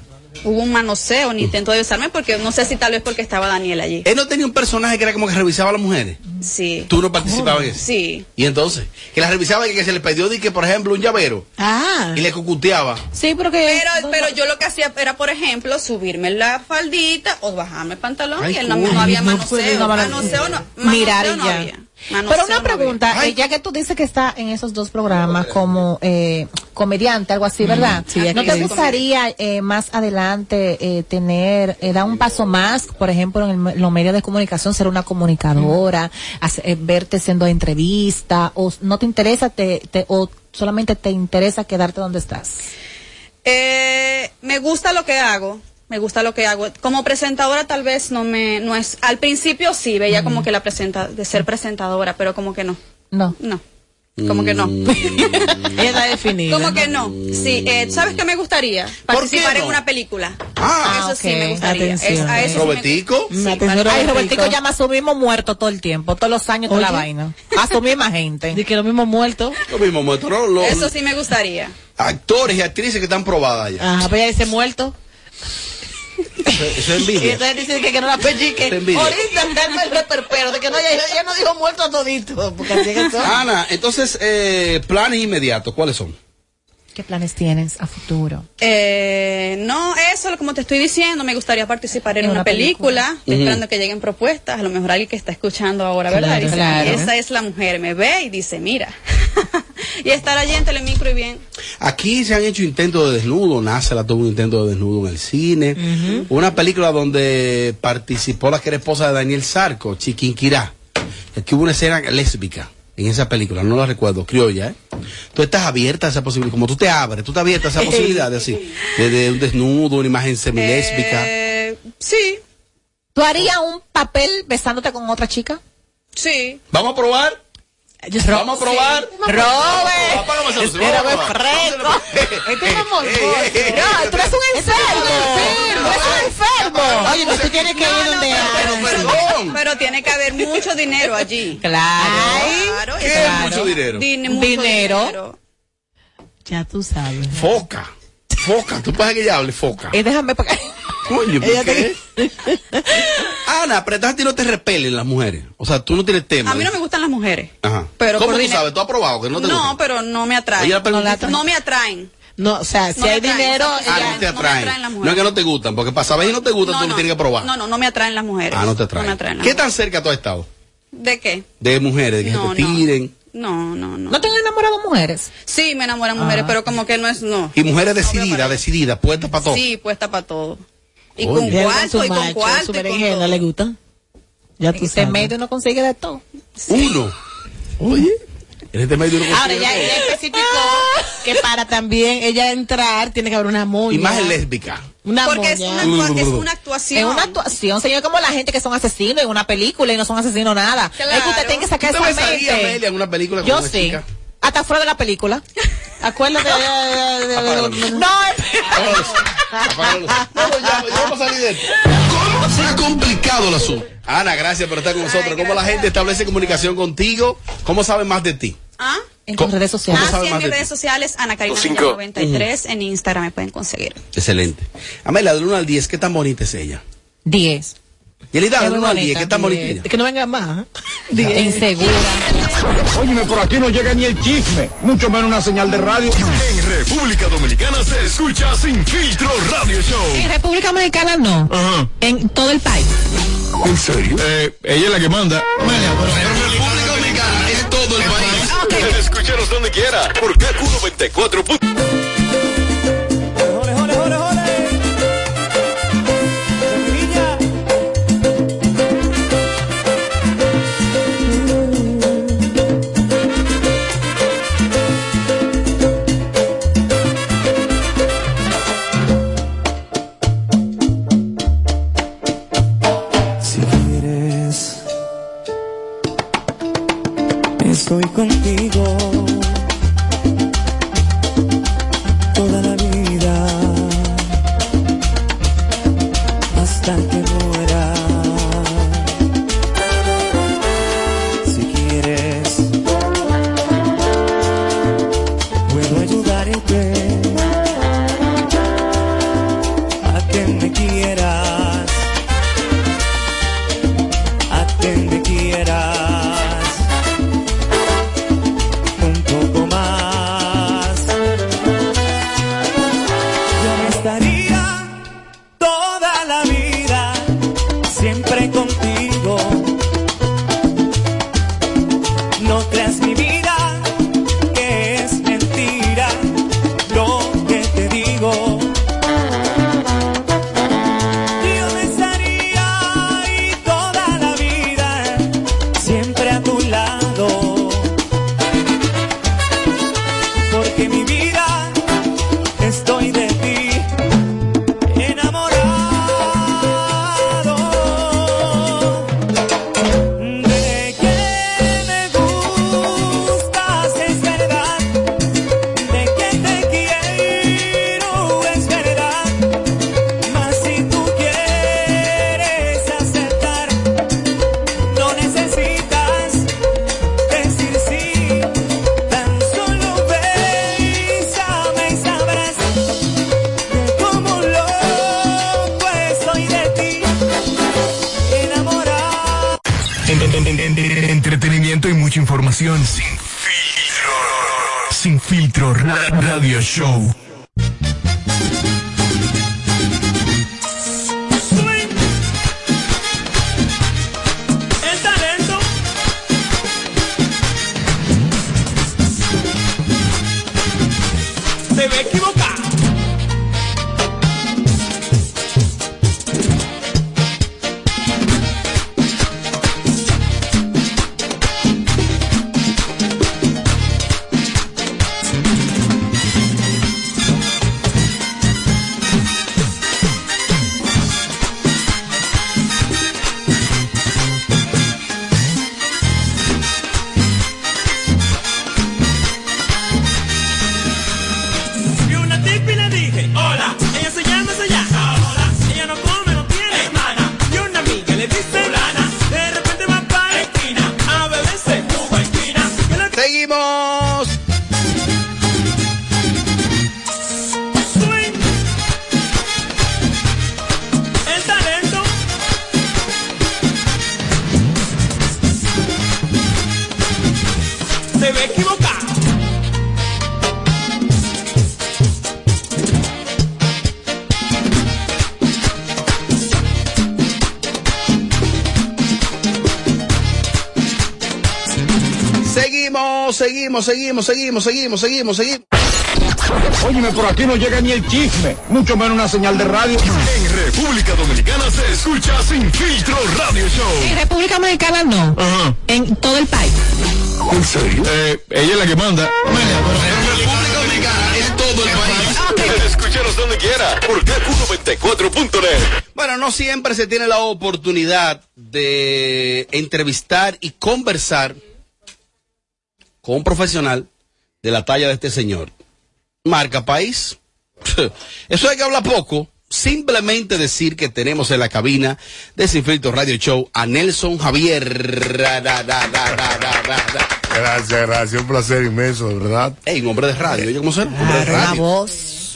hubo un manoseo ni intento de besarme porque no sé si tal vez porque estaba Daniel allí.
Él no tenía un personaje que era como que revisaba a las mujeres.
Sí.
Tú no participabas en eso.
Sí.
Y entonces, que las revisaba y que se le perdió, de que, por ejemplo, un llavero.
Ah.
Y le cucuteaba.
Sí, pero que.
Pero, yo lo que hacía era, por ejemplo, subirme la faldita o bajarme el pantalón
Ay,
y él no, no
cool.
había
No fue
manoseo.
una mala-
manoseo no, manoseo
Mirar y
no
ya.
había.
Pero una pregunta, eh, ya que tú dices que está en esos dos programas como eh, comediante, algo así,
Mm,
¿verdad?
sí, ya
¿No
que
te
sí.
gustaría eh, más adelante eh, tener, eh, dar un paso más, por ejemplo, en el me- los medios de comunicación, ser una comunicadora, hace- eh, verte siendo entrevista, o s- no te interesa, te, te- o solamente te interesa quedarte donde estás?
Eh, me gusta lo que hago. Me gusta lo que hago. Como presentadora tal vez no me no es al principio sí veía como
Mm.
que la presenta de ser presentadora, pero como que no.
No.
No. Como
Mm.
que no.
Ella está definida.
Como que no. Sí, eh, ¿sabes qué me gustaría? Participar en
no?
una película.
Ah,
eso sí me gustaría. Es-
Atención.
a eso sí me
¿Robertico?
Ay, Robertico llama a su mismo muerto todo el tiempo, todos los años, toda la vaina. A su misma gente.
que lo mismo muerto.
Lo mismo, maestro, ¿no? Los
Eso sí me gustaría.
actores y actrices que están probadas ya.
Ajá, pues ya dice muerto.
Eso, eso es
Y
envidia.
entonces dice que, que no la pellique.
Te envidio.
Ahorita andarme el reperpero de que no, ella, ella no dijo muerto a todito. Porque así es que son.
Ana, entonces, eh, planes inmediatos, ¿cuáles son?
¿Qué planes tienes a futuro?
Eh, no, eso, como te estoy diciendo, me gustaría participar en,
En
una,
una
película, estoy
Ujú.
esperando que lleguen propuestas, a lo mejor alguien que está escuchando ahora, ¿verdad?
Claro,
Dice,
claro.
esa es la mujer, me ve y dice, mira. y estar allí en Telemicro y bien.
Aquí se han hecho intentos de desnudo, NASA la tuvo un intento de desnudo en el cine. Una película donde participó la que era esposa de Daniel Sarco, Chiquinquirá. Aquí hubo una escena lésbica en esa película, no la recuerdo, criolla, ¿eh? Tú estás abierta a esa posibilidad, como tú te abres, tú estás abierta a esa posibilidad, de así, de, de un desnudo, una imagen semilésbica.
Eh.
sí.
¿Tú harías un papel besándote con otra chica?
Sí.
Vamos a probar. Vamos a probar.
Robert. Espera, güey, fresco. Este es como No, tú eres un enfermo. Tú eres un
Ah,
enfermo. Oye, pues tú tienes que ir donde
Pero, pero tiene que haber mucho dinero allí. Claro.
¿Qué
claro.
es mucho dinero?
Dine- mucho
Dinero.
dinero.
Ya tú sabes.
Foca. Foca. Tú puedes que ella hable, foca.
Eh, déjame para acá.
Coño, ¿por
Ella
qué? Ana, apretaste y no te repelen las mujeres. O sea, tú no tienes tema.
A mí no me gustan las mujeres.
Ajá.
Pero
¿Cómo
por
tú
dinero-
sabes? ¿Tú has probado que no te
No,
gusta?
pero no me atraen.
Ella la
No,
preguntó.
me atraen.
No, o sea,
si hay dinero,
Ah, no te atraen.
atraen las
No,
mujeres.
es que no te gustan, porque para saber si no te gustan, tú lo tienes que probar.
No, no, no me atraen las mujeres.
ah, no te atraen.
me atraen las
¿Qué tan cerca tú has estado?
¿De qué?
De mujeres, de que
No,
se te
no.
tiren.
No, no, no.
¿No te han enamorado mujeres? Ah.
Sí, me enamoran mujeres, pero como que no es no.
Y mujeres decididas, decididas, puestas para todo.
Sí, puesta para todo. Y
Oye.
con
Llega
cuarto,
su
y con
macho,
cuarto,
su
y con
berenjena,
todo.
le gusta. Ya tú sabes. medio uno consigue de todo.
Uno. Oye. En este medio uno
Ahora
consigue
ya
todo.
ella especificó que para también ella entrar tiene que haber una moña.
Imagen lésbica.
Una
Porque es
moña.
una
actua- es una
actuación.
Es una actuación, señor, como la gente que son asesinos en una película y no son asesinos nada. Es que usted tiene que sacar
¿Tú te
esa
besarías, Amelia,
mente.
en una película con
Yo
una
sí.
chica?
Hasta fuera de la película. Acuérdate de- de- de- de- de- No,
¿Cómo se ha complicado el asunto? Ana, gracias por estar con nosotros. ¿Cómo la gente establece comunicación contigo? ¿Cómo sabe más de ti?
¿Ah?
En
tus
redes
sociales. ¿Cómo
Ah,
sabe
sí, en
más
mis
de
redes
ti?
sociales, Ana Karina
Cinco.
93 en Instagram me pueden conseguir.
Excelente. Amelia, del 1 al 10, ¿qué tan bonita es ella?
10.
Yelida,
Es
del
muy
1 al
bonita,
10, ¿qué tan bonita es
diez.
ella?
Que no vengan más. ¿eh? Insegura.
Óyeme, por aquí no llega ni el chisme, mucho menos una señal de radio.
En República Dominicana se escucha Sin Filtro Radio Show.
En República Dominicana no. En todo el país.
¿En serio?
Eh,
ella es la que manda.
República Dominicana Ah, en todo el país. Escúchanos donde quiera por KQ94.
Si quieres, estoy contigo toda la vida hasta que muera. Si quieres, puedo ayudarte a que me quieras a quien me quieras un poco más. Yo me estaría toda la vida siempre contigo. No creas mi vida que es mentira lo que te digo. Yo me estaría ahí toda la vida, siempre a tu lado. Porque mi vida, estoy de ti, enamorado. De que me gustas es verdad, de que te quiero es verdad. Más si tú quieres aceptar, no necesitas decir sí, tan solo bésame y sabrás de cómo loco estoy de ti, enamorado.
Entretenimiento y mucha información. Sin filtro. Sin filtro ra- radio show.
El talento. Se ve equivocar. Vi una tipa y le dije, hola, ella se llama Sayaka. Hola, ella no come, no tiene hermana. Y una amiga le dice, fulana, de repente va para esquina, a beberse una esquina.
Seguimos.
El talento. Se ve equivocar.
Seguimos, seguimos, seguimos, seguimos, seguimos, seguimos, seguimos.
Óyeme, por aquí no llega ni el chisme, mucho menos una señal de radio.
En República Dominicana se escucha Sin Filtro Radio
En
Show.
República Dominicana no. En todo el país.
¿En serio? Eh, ella es la que manda. República Dominicana en todo el país. Escúchanos donde quiera por KQ94.net.
Bueno, no siempre se tiene la oportunidad de entrevistar y conversar con un profesional de la talla de este señor. Marca país. Eso hay que hablar poco. Simplemente decir que tenemos en la cabina de Sin Filtro Radio Show a Nelson Javier. Ra, ra, ra, ra, ra, ra, ra, ra.
Gracias, gracias, un placer inmenso, de verdad.
Ey, un hombre de radio, yo cómo sé, un hombre de radio.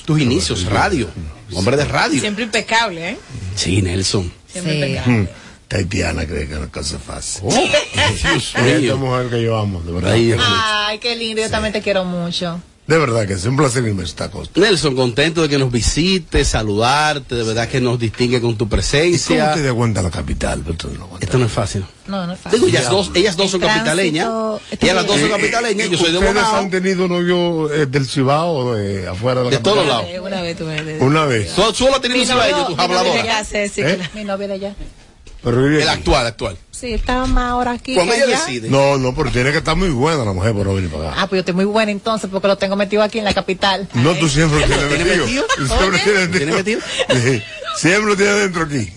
Tus inicios, radio. Hombre de radio.
Siempre impecable, ¿eh?
Sí, Nelson.
Siempre
Sí.
impecable.
Taitiana Hmm. cree que es una cosa fácil.
Oh, Dios
Ella es
mío.
la mujer que yo amo, de verdad.
Ay, qué lindo, yo también te quiero mucho.
Ah.
De verdad que es un placer inmenso estar con
Nelson, contento de que nos visites, saludarte, de verdad que nos distingue con tu
¿Cómo
presencia.
te de cuenta la capital? Esto no,
Esto no es fácil.
No, no es
Digo, ellas dos, ellas dos son capitaleñas. Ellas las dos son capitaleñas, yo soy de
Eh, ¿Ustedes
Bonao.
han tenido novio eh, del Cibao de afuera de la
De
capital?
todos lados.
Una vez tú me
Una vez.
Tú, tú la tenido encima de ellos, tus habladoras.
¿Eh?
Mi novio de allá.
El actual, actual.
Sí, estaba más ahora aquí.
Cuando
que allá.
No, no, pero tiene que estar muy buena la mujer por no venir para acá.
Ah, pues yo estoy muy buena entonces porque lo tengo metido aquí en la capital.
No, tú siempre lo tienes
¿Tiene
metido.
metido?
Siempre lo tienes metido. Sí, Siempre lo tienes dentro aquí.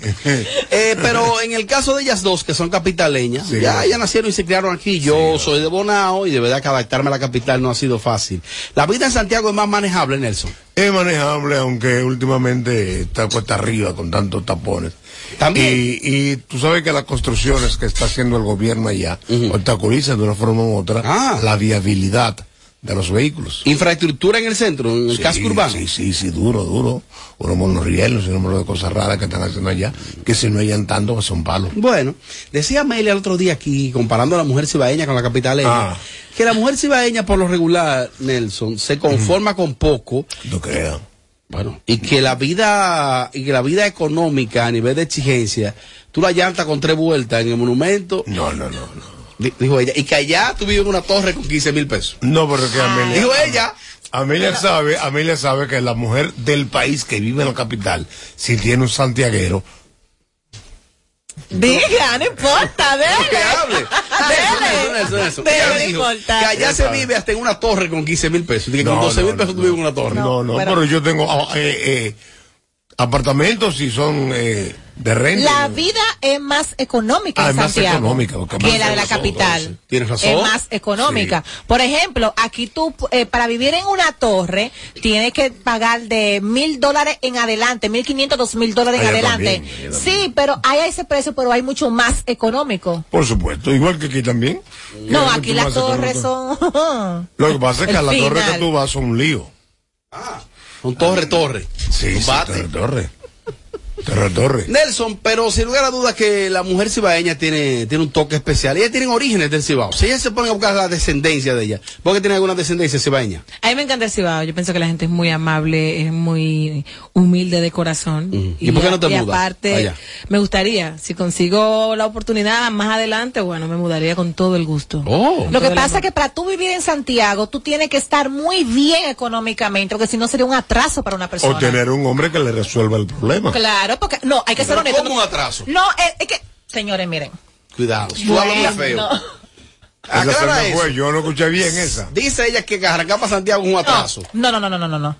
Eh, pero en el caso de ellas dos, que son capitaleñas, ya, ya nacieron y se criaron aquí. Yo soy de Bonao y de verdad que adaptarme a la capital no ha sido fácil. La vida en Santiago es más manejable, Nelson.
Es manejable, aunque últimamente está cuesta arriba con tantos tapones.
También.
Y, y tú sabes que las construcciones que está haciendo el gobierno allá obstaculizan de una forma u otra la viabilidad de los vehículos.
Ah. Infraestructura en el centro, en el casco urbano.
Sí, sí, sí, duro, duro. Unos monorrieles, un número de cosas raras que están haciendo allá, que si no hayan tanto, que son palos.
Bueno, decía Amelia el otro día aquí, comparando a la mujer cibaeña con la
Ah.
capitaleña, que la mujer cibaeña por lo regular, Nelson, se conforma con poco.
No creo.
Bueno, y que la vida, y que la vida económica a nivel de exigencia, tú la llantas con tres vueltas en el monumento.
No, no, no,
no. Dijo ella, y que allá tú vives en una torre con 15 mil pesos.
No, pero que Amelia.
Dijo ella.
Amelia
Pero-
sabe, Amelia sabe que la mujer del país que vive en la capital, si tiene un santiaguero,
Diga, no importa, dele. Que hable.
Nelson, Nelson, Nelson.
Dele,
Ella
no
dijo
importa.
Que allá se vive hasta en una torre con 15 mil pesos. Dije, con
No,
12 mil
no,
pesos tú vives en una torre.
No, no, pero yo tengo ah, eh, eh, apartamentos y son eh, de renta.
La vida es más económica
Ah,
en
es más
Santiago
económica, porque
que
más
la de la
nosotros,
capital.
sí. Tienes razón.
Es más económica. Por ejemplo, aquí tú, eh, para vivir en una torre, tienes que pagar de mil dólares en adelante, mil quinientos, dos mil dólares en
Allá
adelante.
también, allá
sí, pero ahí hay ese precio, pero hay mucho más económico.
Por supuesto, igual que aquí también.
No,
Igual que
aquí
tú
las
vas a tener
torres
un-
son.
Lo que pasa es que a
El
la torre que
final.
tú vas son un lío.
Ah, Un torre, torre.
Sí, sí, torre, torre. Torre Torre.
Nelson, pero sin lugar a dudas que la mujer cibaeña tiene, tiene un toque especial. Ellas tienen orígenes del cibao. Si ellas se ponen a buscar la descendencia de ella, ¿vos que tiene alguna descendencia cibaeña?
A mí me encanta el Cibao. Yo pienso que la gente es muy amable, es muy humilde de corazón.
Mm. ¿Y por qué no te mudas
aparte,
allá?
me gustaría, si consigo la oportunidad más adelante, bueno, me mudaría con todo el gusto. Con
Oh.
Lo que
todo el
pasa es
amor.
que para tú vivir en Santiago, tú tienes que estar muy bien económicamente, porque si no sería un atraso para una persona.
O tener un hombre que le resuelva el problema.
Claro, porque no, hay que ser
Pero
honesto.
¿cómo un atraso? Pues
No, es, es que, señores, miren.
Cuidado, tú hablas muy feo.
No.
Esa
Aclara
se me
eso.
fue, yo no escuché bien esa.
Dice ella que Caracas para Santiago es un atraso.
No, no, no, no, no, no, no.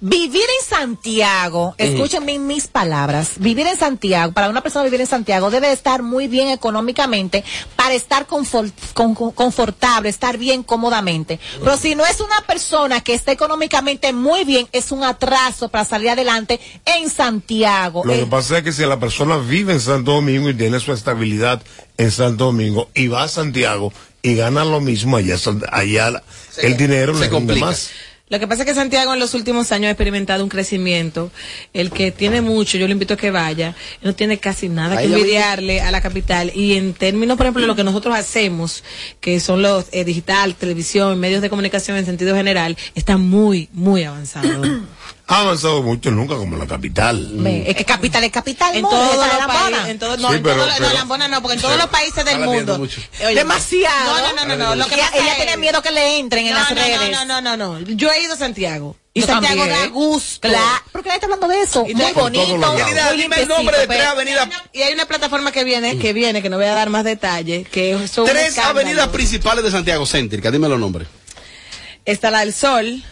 Vivir en
Mm.
Santiago,
Ujú.
escúchenme mis palabras, vivir en Santiago, para una persona vivir en Santiago debe de estar muy bien económicamente para estar confort- con- con- confortable, estar bien cómodamente. Pero si no es una persona que está económicamente muy bien, es un atraso para salir adelante en Santiago.
Lo que
Eh,
pasa es que si la persona vive en Santo Domingo y tiene su estabilidad en Santo Domingo y va a Santiago y gana lo mismo, allá, son- allá la- el dinero le rinde más.
Lo que pasa es que Santiago en los últimos años ha experimentado un crecimiento. El que tiene mucho, yo le invito a que vaya, no tiene casi nada que
Ahí lo
envidiarle a la capital. Y en términos, por ejemplo, de lo que nosotros hacemos, que son los eh, digital, televisión, medios de comunicación en sentido general, está muy, muy avanzado.
Ha avanzado mucho nunca como la capital.
Mm.
Ve, Es que capital es capital.
En
mundo,
todos
está
los
la
países,
Habana.
en todos- no,
Sí,
en
pero-
todos los- no,
pero-
la Habana no, porque en todos los países del
Está latiendo
mundo.
mucho.
Oye,
Demasiado.
No, no, no, no, no, Lo que
ella,
pasa
ella
es-
tiene miedo que le entren en
No,
las
no, no,
redes.
no, no, no, no. Yo he ido a Santiago.
Y Santiago da
gusto.
Claro, porque nadie está hablando de eso. Muy bonito.
Querida,
muy
dime el
limpiecito,
nombre de tres
pero-
avenidas. pues. Y hay una plataforma que viene, que viene, que no voy a dar más detalles, que son
Tres avenidas principales de Santiago céntrica, dime los nombres.
Está la del Sol,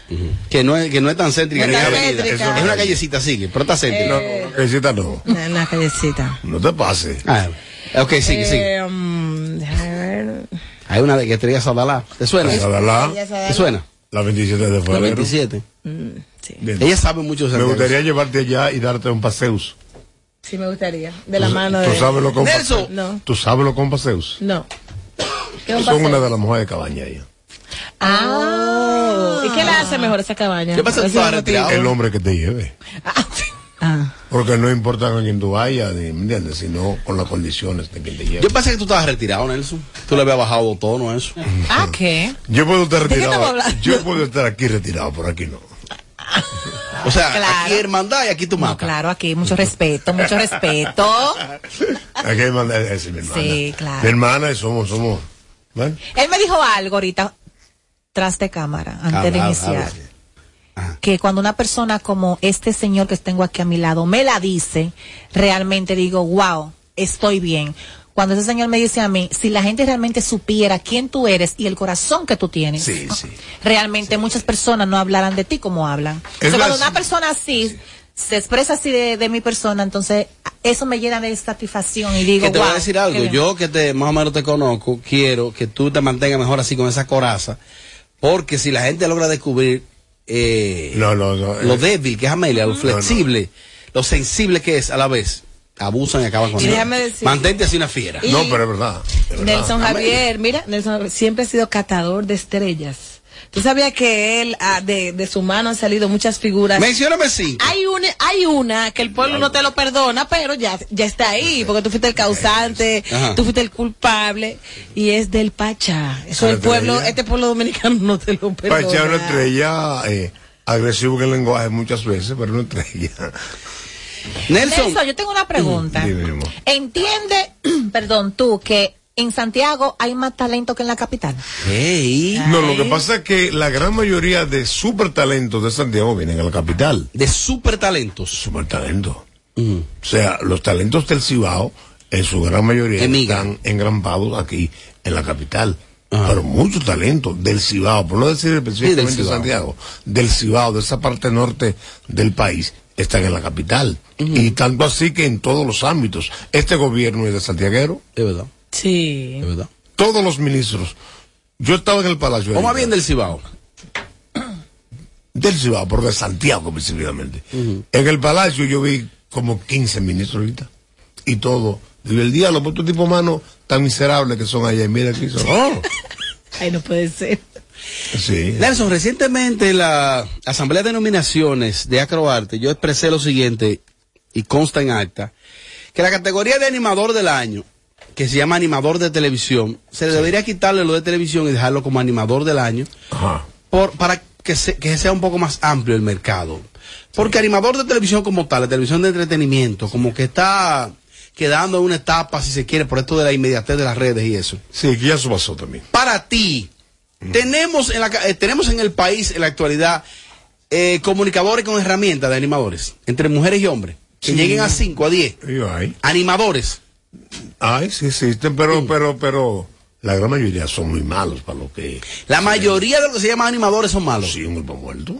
Que no es, que no es tan céntrica
No
ni
tan
es avenida.
céntrica.
Es una callecita, sigue, pero está céntrica.
Eh.
No, callecita no.
una, una callecita.
No te pases.
Ah, ok, sigue, sigue.
Eh, mm, déjame ver.
Hay una de que estrella Sadalá. ¿Te suena?
Sadalá.
¿Te suena?
La 27 de febrero.
27.
Mm, sí.
Ella sabe mucho
Me
de Santiago.
gustaría llevarte allá y darte un paseo.
Sí, me gustaría. De la
Tú-
mano de.
tú sabes lo que-
Nelson. No,
¿Tú sabes lo con paseos?
no. ¿Qué va a
Son
pasar?
una de las mujeres de cabaña ahí.
Ah. ¿Y qué la hace mejor esa cabaña? Ese es el motivo.
El hombre que te lleve.
Ah,
Porque no importa con quién tú vayas, ni- ¿me entiendes? Sino con las condiciones de quien te lleve.
Yo pensé que tú estabas retirado, Nelson. Tú le habías bajado tono a eso.
Ah, ¿qué?
Yo puedo estar
qué estamos
retirado.
hablando?
Yo puedo estar aquí retirado, por aquí no.
O sea,
Claro.
aquí hermandad y aquí tu mata.
Claro, aquí mucho respeto, mucho respeto.
Aquí hay hermana- es mi hermana.
Sí, claro.
Mi hermana y somos, somos. ¿vale?
Él me dijo algo ahorita, tras de cámara, antes
Habla,
de
habla,
iniciar.
habla.
Que cuando una persona como este señor que tengo aquí a mi lado me la dice, realmente digo, wow, estoy bien. Cuando ese señor me dice a mí, si la gente realmente supiera quién tú eres y el corazón que tú tienes, realmente muchas personas no hablarán de ti como hablan.
Es
O sea, cuando
más-
una persona así se expresa así de, de mi persona, entonces eso me llena de satisfacción y digo,
que te voy a
"Wow,
decir algo.
qué bien".
Yo que te más o menos te conozco, quiero que tú te mantengas mejor así con esa coraza, porque si la gente logra descubrir eh, lo débil que es Amelia, lo flexible, lo sensible que es a la vez, abusan y acaban con
Y
ella.
déjame decir-
Mantente así una fiera.
Y- No, pero
es verdad.
Nelson Javier, mira, Nelson Javier siempre ha sido catador de estrellas. Tú sabías que él, ah, de, de su mano han salido muchas figuras.
Mencióname cinco.
Hay una, hay una que el pueblo no te lo perdona, pero ya, ya está ahí, porque tú fuiste el causante,
Ajá.
tú fuiste el culpable, y es del Pachá. Eso
Una
el pueblo,
estrella.
este pueblo dominicano no te lo
Para echar una
perdona.
estrella eh, agresivo que el lenguaje muchas veces, pero una estrella.
Nelson, yo tengo una pregunta.
Dime, mi amor.
¿Entiende, perdón, tú, que en Santiago hay más talento que en la capital?
No, lo que pasa es que la gran mayoría de super talentos de Santiago vienen a la capital.
De super talentos.
Super talentos. O sea, los talentos del Cibao, en su gran mayoría, están engrampados aquí en la capital.
Ah.
Pero muchos talentos del Cibao, por no decir específicamente de
Cibao.
Santiago, del Cibao, de esa parte norte del país, están en la capital. Y tanto así que en todos los ámbitos. Este gobierno es de Santiaguero.
Es verdad.
Sí.
Es verdad.
Todos los ministros. Yo estaba en el Palacio.
O más bien del Cibao.
del Cibao, porque de Santiago principalmente. En el Palacio yo vi como 15 ministros ahorita. Y todo. Y el día los otros tipos manos tan miserables que son allá. Y mira aquí son. ¡Oh!
Ay, no puede ser.
Sí.
Nelson, recientemente en la Asamblea de Nominaciones de Acroarte, yo expresé lo siguiente y consta en acta, que la categoría de animador del año, que se llama animador de televisión, se le debería quitarle lo de televisión y dejarlo como animador del año por- para que, se- que sea un poco más amplio el mercado. Porque animador de televisión como tal, la televisión de entretenimiento, como que está quedando en una etapa, si se quiere, por esto de la inmediatez de las redes y eso.
Sí, que ya eso pasó también. Mm.
Para ti, tenemos, en la ca- eh, tenemos en el país en la actualidad eh, comunicadores con herramientas de animadores, entre mujeres y hombres, que
Sí.
lleguen a 5, a 10. Animadores.
Ay, sí existen, pero, pero, pero la gran mayoría son muy malos para lo que.
La mayoría de los que se llaman animadores son malos.
Sí, un grupo muerto.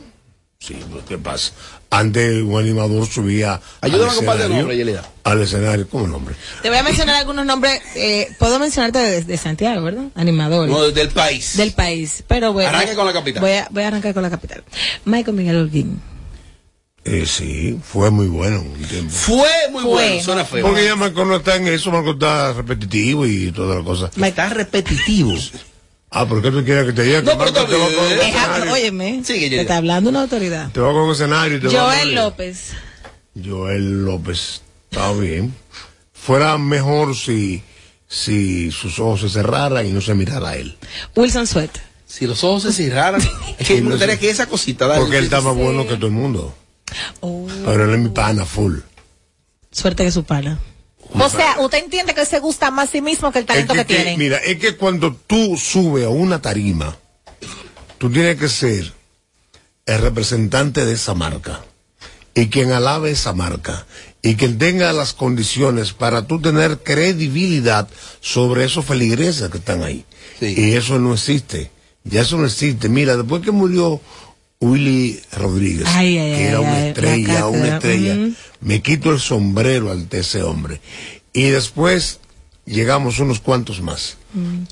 Sí, pues, ¿qué pasa? Antes un animador subía.
Ayúdame
al
con un par de
escenario-
nombres, Yelida.
Al escenario, ¿cómo nombre?
Te voy a mencionar algunos nombres. eh, Puedo mencionarte de, de Santiago, ¿verdad? Animadores.
No, del país.
Del país. Pero voy,
Arranque con la capital.
Voy a, voy a arrancar con la capital. Michael Miguel Holguín.
Eh, sí, fue muy bueno un tiempo.
Fue muy
Fue.
bueno, suena feo.
Porque ya Marco no está en eso, Marco está repetitivo y todas las cosas.
Está repetitivo.
Ah, ¿por qué tú quieres que te diga? que
No, pero
Marco te va a
Eh,
poner un escenario?
ah, óyeme,
Sigue,
te
Yelida.
está hablando una autoridad.
Te va con un escenario y te va a
Joel
poner-
López.
Joel López, está bien. Fuera mejor si, si sus ojos se cerraran y no se mirara a él.
Wilson Sweat.
Si los ojos se cerraran, es que me gustaría que esa cosita dale.
Porque él está más bueno que todo el mundo.
Oh.
Pero él es mi pana full.
Suerte que su pana.
O sea, usted entiende que se gusta más a sí mismo que el talento
Es
que,
que- que-
tiene.
Mira, es que cuando tú subes a una tarima, tú tienes que ser el representante de esa marca y quien alabe esa marca y quien tenga las condiciones para tú tener credibilidad sobre esos feligreses que están ahí. Y eso no existe. Ya eso no existe. Mira, después que murió Willy Rodríguez,
Ay, ay,
que era
ay,
una
ay,
estrella,
la
una
cátedra.
estrella,
Ujú.
me quito el sombrero ante ese hombre. Y después llegamos unos cuantos más.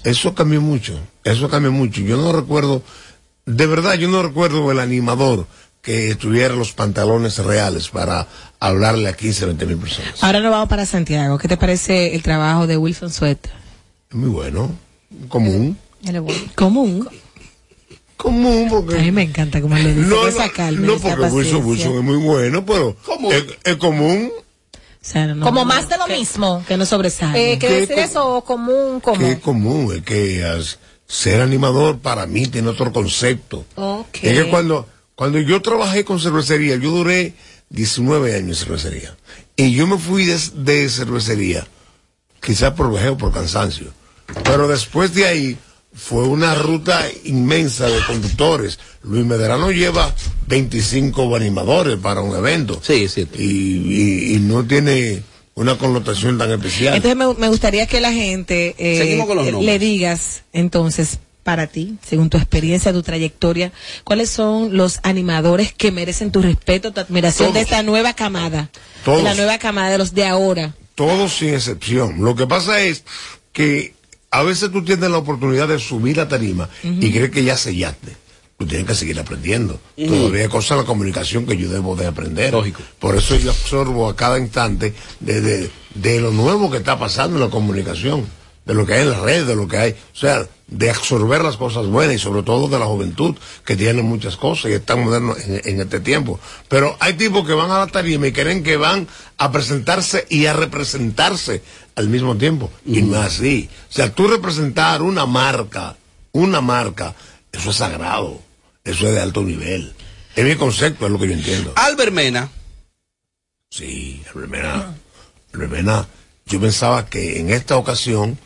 Eso cambió mucho, eso cambió mucho. Yo no recuerdo, de verdad, yo no recuerdo el animador que tuviera los pantalones reales para hablarle a 15, 20 mil personas.
Ahora nos vamos para Santiago. ¿Qué te parece el trabajo de Wilson Sweat?
Es muy bueno, común.
Común.
Común, porque.
A mí me encanta como lo dice.
No,
esa
no,
calma,
no,
esa
porque Wilson,
paciencia.
Wilson es muy bueno, pero es, es común.
O sea, no-
Como más de lo mismo.
Que no sobresale.
Eh, que
¿Qué
decir
Ah, co-
eso común, común.
que es común, es que as- ser animador para mí tiene otro concepto.
Ok.
Es que cuando, cuando yo trabajé con cervecería, yo duré 19 años en cervecería. Y yo me fui de, de cervecería, quizás por vejez o por cansancio. Pero después de ahí fue una ruta inmensa de conductores. Luis Medrano lleva 25 animadores para un evento.
Sí, es cierto.
Y, y- y no tiene una connotación tan especial.
Entonces me, me gustaría que la gente eh,
Seguimos con los
eh, le
nombres.
digas, entonces, para ti, según tu experiencia, tu trayectoria, ¿cuáles son los animadores que merecen tu respeto, tu admiración de
Todos.
esta nueva camada?
Todos.
De la nueva camada, de los de ahora.
Todos sin excepción. Lo que pasa es que a veces tú tienes la oportunidad de subir la tarima y crees que ya sellaste. Tú tienes Pues que seguir aprendiendo.
Ujú.
Todavía hay cosas de la comunicación que yo debo de aprender.
Lógico.
Por eso yo absorbo a cada instante de, de- de lo nuevo que está pasando en la comunicación, de lo que hay en las redes, de lo que hay. O sea, de absorber las cosas buenas y sobre todo de la juventud, que tiene muchas cosas y están modernos en, en este tiempo. Pero hay tipos que van a la tarima y creen que van a presentarse y a representarse al mismo tiempo. Y no es así. O sea, tú representar una marca, una marca, eso es sagrado, eso es de alto nivel. Es mi concepto, es lo que yo entiendo.
Albert Mena.
Sí, Remena, Remena, yo pensaba que en esta ocasión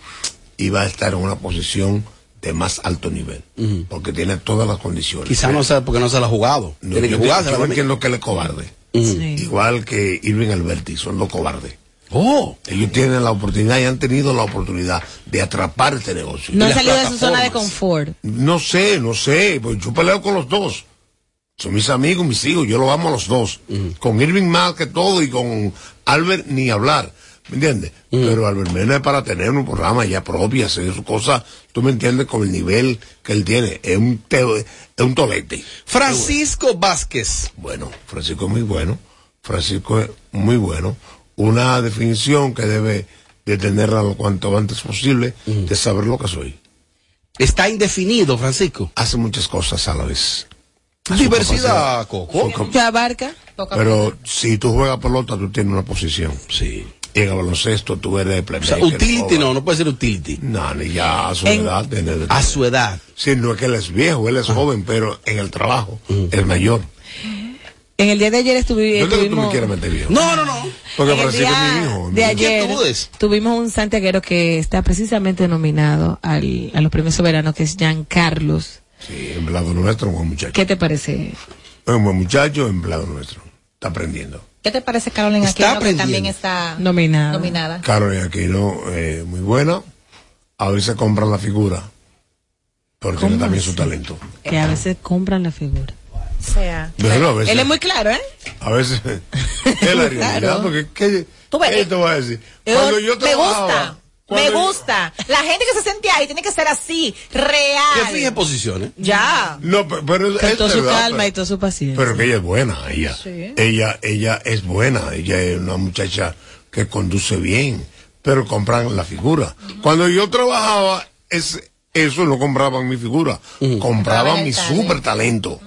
iba a estar en una posición de más alto nivel, porque tiene todas las condiciones.
Quizás no sea porque no se la ha jugado.
No,
Tiene que
yo
jugarse.
yo entiendo que él es cobarde. Igual que Irving Alberti, son los cobardes.
Oh.
Ellos tienen la oportunidad y han tenido la oportunidad de atrapar este negocio.
No
Y
han
las
salido de su zona de
plataformas.
confort.
No sé, no sé, pues yo peleo con los dos. Son mis amigos, mis hijos, yo los amo a los dos. Con Irving más que todo y con Albert ni hablar. ¿Me entiendes? Pero Albert Mena es para tener un programa ya propio, hacer sus cosas, tú me entiendes, con el nivel que él tiene. Es un, teo- es un tolete.
Francisco Vázquez.
Bueno, Francisco es muy bueno. Francisco es muy bueno. Una definición que debe de tenerla lo cuanto antes posible, de saber lo que soy.
Mm. Está indefinido, Francisco.
Hace muchas cosas a la vez.
Diversidad, Coco.
¿Mucha abarca?
Poca
Pero si tú juegas pelota, tú tienes una posición.
Sí.
Y en el baloncesto tú eres
O sea,
playmaker.
utility
over.
no, no puede ser utility.
No, ni ya a su
En-
edad.
a su edad.
Sí, no es que él es viejo, él es joven, pero en el trabajo
Mm.
es mayor.
En el día de ayer estuvi-
Yo creo que tú me
estuvimos...
quieres meter viejo.
No, no, no.
Porque
En el
parece que es
día
mi hijo.
De
mi-
ayer tuvimos un santiaguero que está precisamente nominado al, a los premios soberanos, que es Jean Carlos.
Sí, empleado nuestro, un buen muchacho.
¿Qué te parece?
Es un buen muchacho, empleado nuestro. Está aprendiendo.
¿Qué te parece Carolina
Está
Aquino, que también
aprendiendo.
está
nominada?
nominada?
Carolina Aquino, eh, muy buena. A veces compran la figura. Porque tiene también su talento.
Que a veces compran la figura.
O sea,
Bueno, a
Pues
veces-
él es muy claro, ¿eh?
A veces. es la realidad,
Claro.
porque ¿qué, qué te voy a decir? Cuando yo
Eh, me
trabajaba,
gusta, me
cuando yo-
gusta. La gente que se siente ahí tiene que ser así, real.
fije
pues,
posiciones.
Ya.
No, pe- pero, es- es
Con toda su
verdad,
calma
pero-
y toda su paciencia.
Pero que ella es buena, ella.
Sí.
Ella, ella es buena, ella es una muchacha que conduce bien, pero compran la figura. Cuando yo trabajaba, es, eso no compraban mi figura,
Compraban
compraban
el
mi
talento. Mm.
super talento.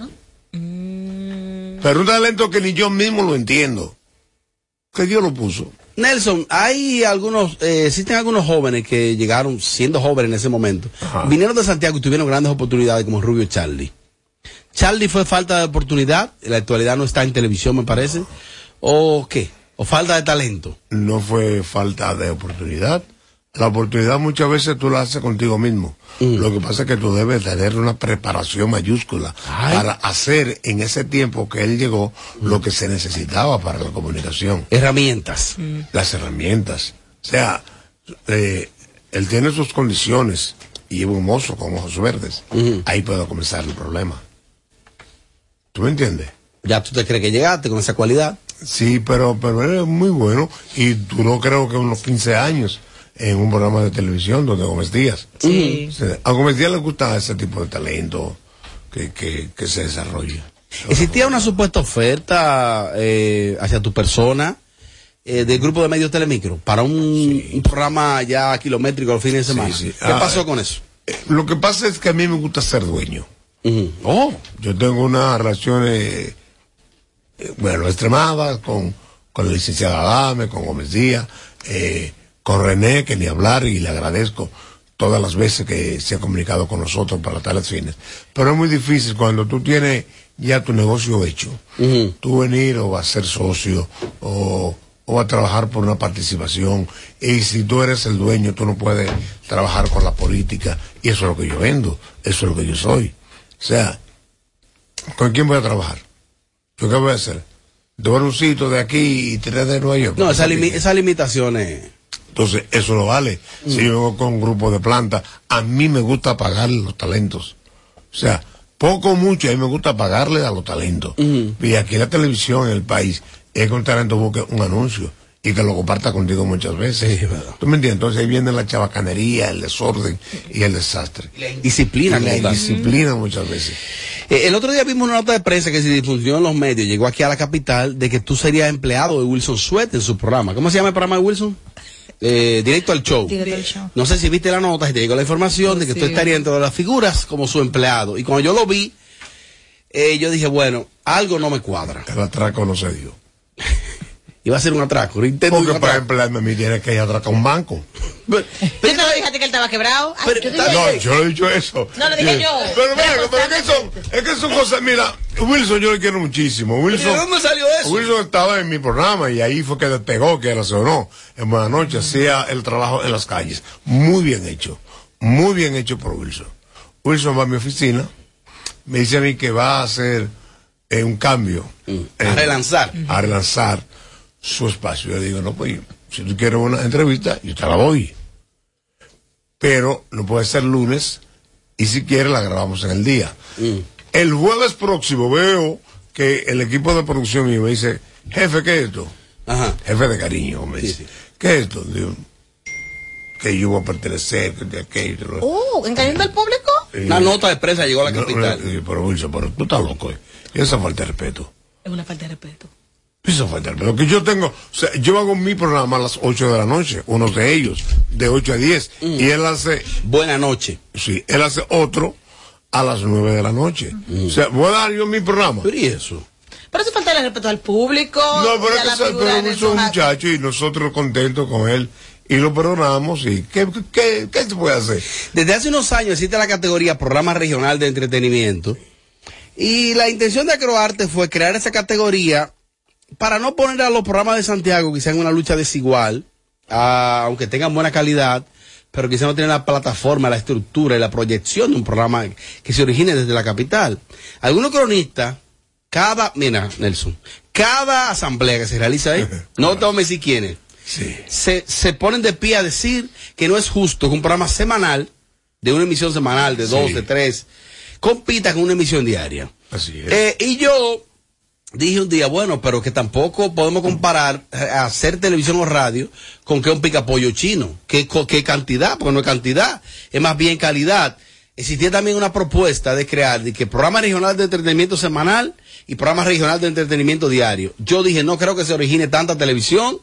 Pero un talento que ni yo mismo lo entiendo. Que Dios lo puso.
Nelson, hay algunos, eh, existen algunos jóvenes que llegaron siendo jóvenes en ese momento. Vinieron de Santiago y tuvieron grandes oportunidades como Rubio Charlie. Charlie fue falta de oportunidad, en la actualidad no está en televisión me parece, o qué, o falta de talento.
No fue falta de oportunidad. La oportunidad muchas veces tú la haces contigo mismo.
Mm.
Lo que pasa es que tú debes tener una preparación mayúscula para hacer en ese tiempo que él llegó lo que se necesitaba para la comunicación.
Herramientas.
Mm.
Las herramientas. O sea, eh, él tiene sus condiciones y es un mozo con ojos verdes. Ahí puede comenzar el problema. ¿Tú me entiendes?
Ya tú te crees que llegaste con esa cualidad.
Sí, pero, pero él es muy bueno y duró creo que unos 15 años en un programa de televisión donde Gómez Díaz.
Sí.
O sea, A Gómez Díaz le gusta ese tipo de talento que, que, que se desarrolla.
¿Existía una supuesta oferta eh, hacia tu persona eh, del grupo de medios Telemicro para un, un programa ya kilométrico los fines de semana? ¿Qué
Ah,
pasó con eso?
Lo que pasa es que a mí me gusta ser dueño. Oh. Yo tengo una relación, eh, eh, bueno, extremada con, con la licenciada Adame, con Gómez Díaz, eh, con René, que ni hablar, y le agradezco todas las veces que se ha comunicado con nosotros para tales fines. Pero es muy difícil cuando tú tienes ya tu negocio hecho, tú venir o a ser socio o, o a trabajar por una participación. Y si tú eres el dueño, tú no puedes trabajar con la política. Y eso es lo que yo vendo, eso es lo que yo soy. O sea, ¿con quién voy a trabajar? ¿Yo qué voy a hacer? ¿Dobar un sitio de aquí y tres de Nueva York?
No, esa limi- esas limitaciones.
Entonces, eso lo vale.
Mm.
Si yo vengo con un grupo de plantas, a mí me gusta pagarle los talentos. O sea, poco o mucho, a mí me gusta pagarle a los talentos.
Mm.
Y aquí la televisión en el país es que un talento busque un anuncio y que lo comparta contigo muchas veces. ¿Tú me entiendes? Entonces ahí viene la chabacanería, el desorden y el desastre. La
indisciplina.
La
como tal.
indisciplina muchas veces.
Eh, el otro día vimos una nota de prensa que se difundió en los medios, llegó aquí a la capital, de que tú serías empleado de Wilson Suet en su programa. ¿Cómo se llama el programa de Wilson? Eh, directo al show. No sé si viste la nota, si te llegó la información de que tú
sí.
estarías dentro de las figuras como su empleado. Y cuando yo lo vi, eh, yo dije, bueno, algo no me cuadra.
El atraco no se dio.
Iba a ser un atraco, un intento de un
Porque para
atraco.
emplearme a mí tiene que ir a atracar un banco.
¿Tú no dijiste que él estaba quebrado? Ay, yo dije-
no, yo no he dicho eso.
No, lo dije
Sí.
yo.
Pero mira, pero es que son, es que son cosas, mira, Wilson yo le quiero muchísimo. Wilson,
¿De dónde salió eso?
Wilson estaba en mi programa y ahí fue que despegó, que razonó. En buena noche hacía el trabajo en las calles. Muy bien hecho. Muy bien hecho por Wilson. Wilson va a mi oficina, me dice a mí que va a hacer eh, un cambio.
Mm. A relanzar.
A relanzar su espacio. Yo digo, no, pues si tú quieres una entrevista, yo te la doy. Pero no puede ser lunes y si quieres la grabamos en el día.
Mm.
El jueves próximo veo que el equipo de producción mío me dice, jefe, ¿qué es esto? Jefe de cariño, me dice. ¿Qué es esto? Digo, que yo voy a pertenecer, que de aquello.
Uh, ¿engañando al público?
Una nota de prensa llegó a la capital.
Eh, Pero Wilson, pero tú estás loco. eh. Esa falta de respeto.
Es una falta de respeto.
Eso falta, pero que yo tengo, o sea, yo hago mi programa a las 8 de la noche, uno de ellos, de 8 a 10, y él hace...
Mm. Buena noche.
Sí, él hace otro a las 9 de la noche. O sea, voy a dar yo mi programa.
Mm. Pero ¿y eso?
Pero eso falta de
el respeto al público.
No, pero
y
es
a
que
la
se-
figura
pero
de
él es
Nelson
un
Hack.
muchacho y nosotros contentos con él y lo perdonamos y ¿qué, qué, qué se puede hacer?
Desde hace unos años existe la categoría Programa Regional de Entretenimiento. Y la intención de Acroarte fue crear esa categoría para no poner a los programas de Santiago quizá en una lucha desigual, ah, aunque tengan buena calidad, pero quizá no tienen la plataforma, la estructura y la proyección de un programa que se origine desde la capital. Algunos cronistas, cada, mira, Nelson, cada asamblea que se realiza ahí, no tome si quiénes, se, se ponen de pie a decir que no es justo que un programa semanal, de una emisión semanal, de dos,
Sí.
de tres, compita con una emisión diaria.
Así
Eh, y yo dije un día, bueno, pero que tampoco podemos comparar eh, hacer televisión o radio con que un picapollo chino. ¿Qué, co- qué cantidad? Porque no es cantidad, es más bien calidad. Existía también una propuesta de crear de que programa regional de entretenimiento semanal y programa regional de entretenimiento diario. Yo dije, no creo que se origine tanta televisión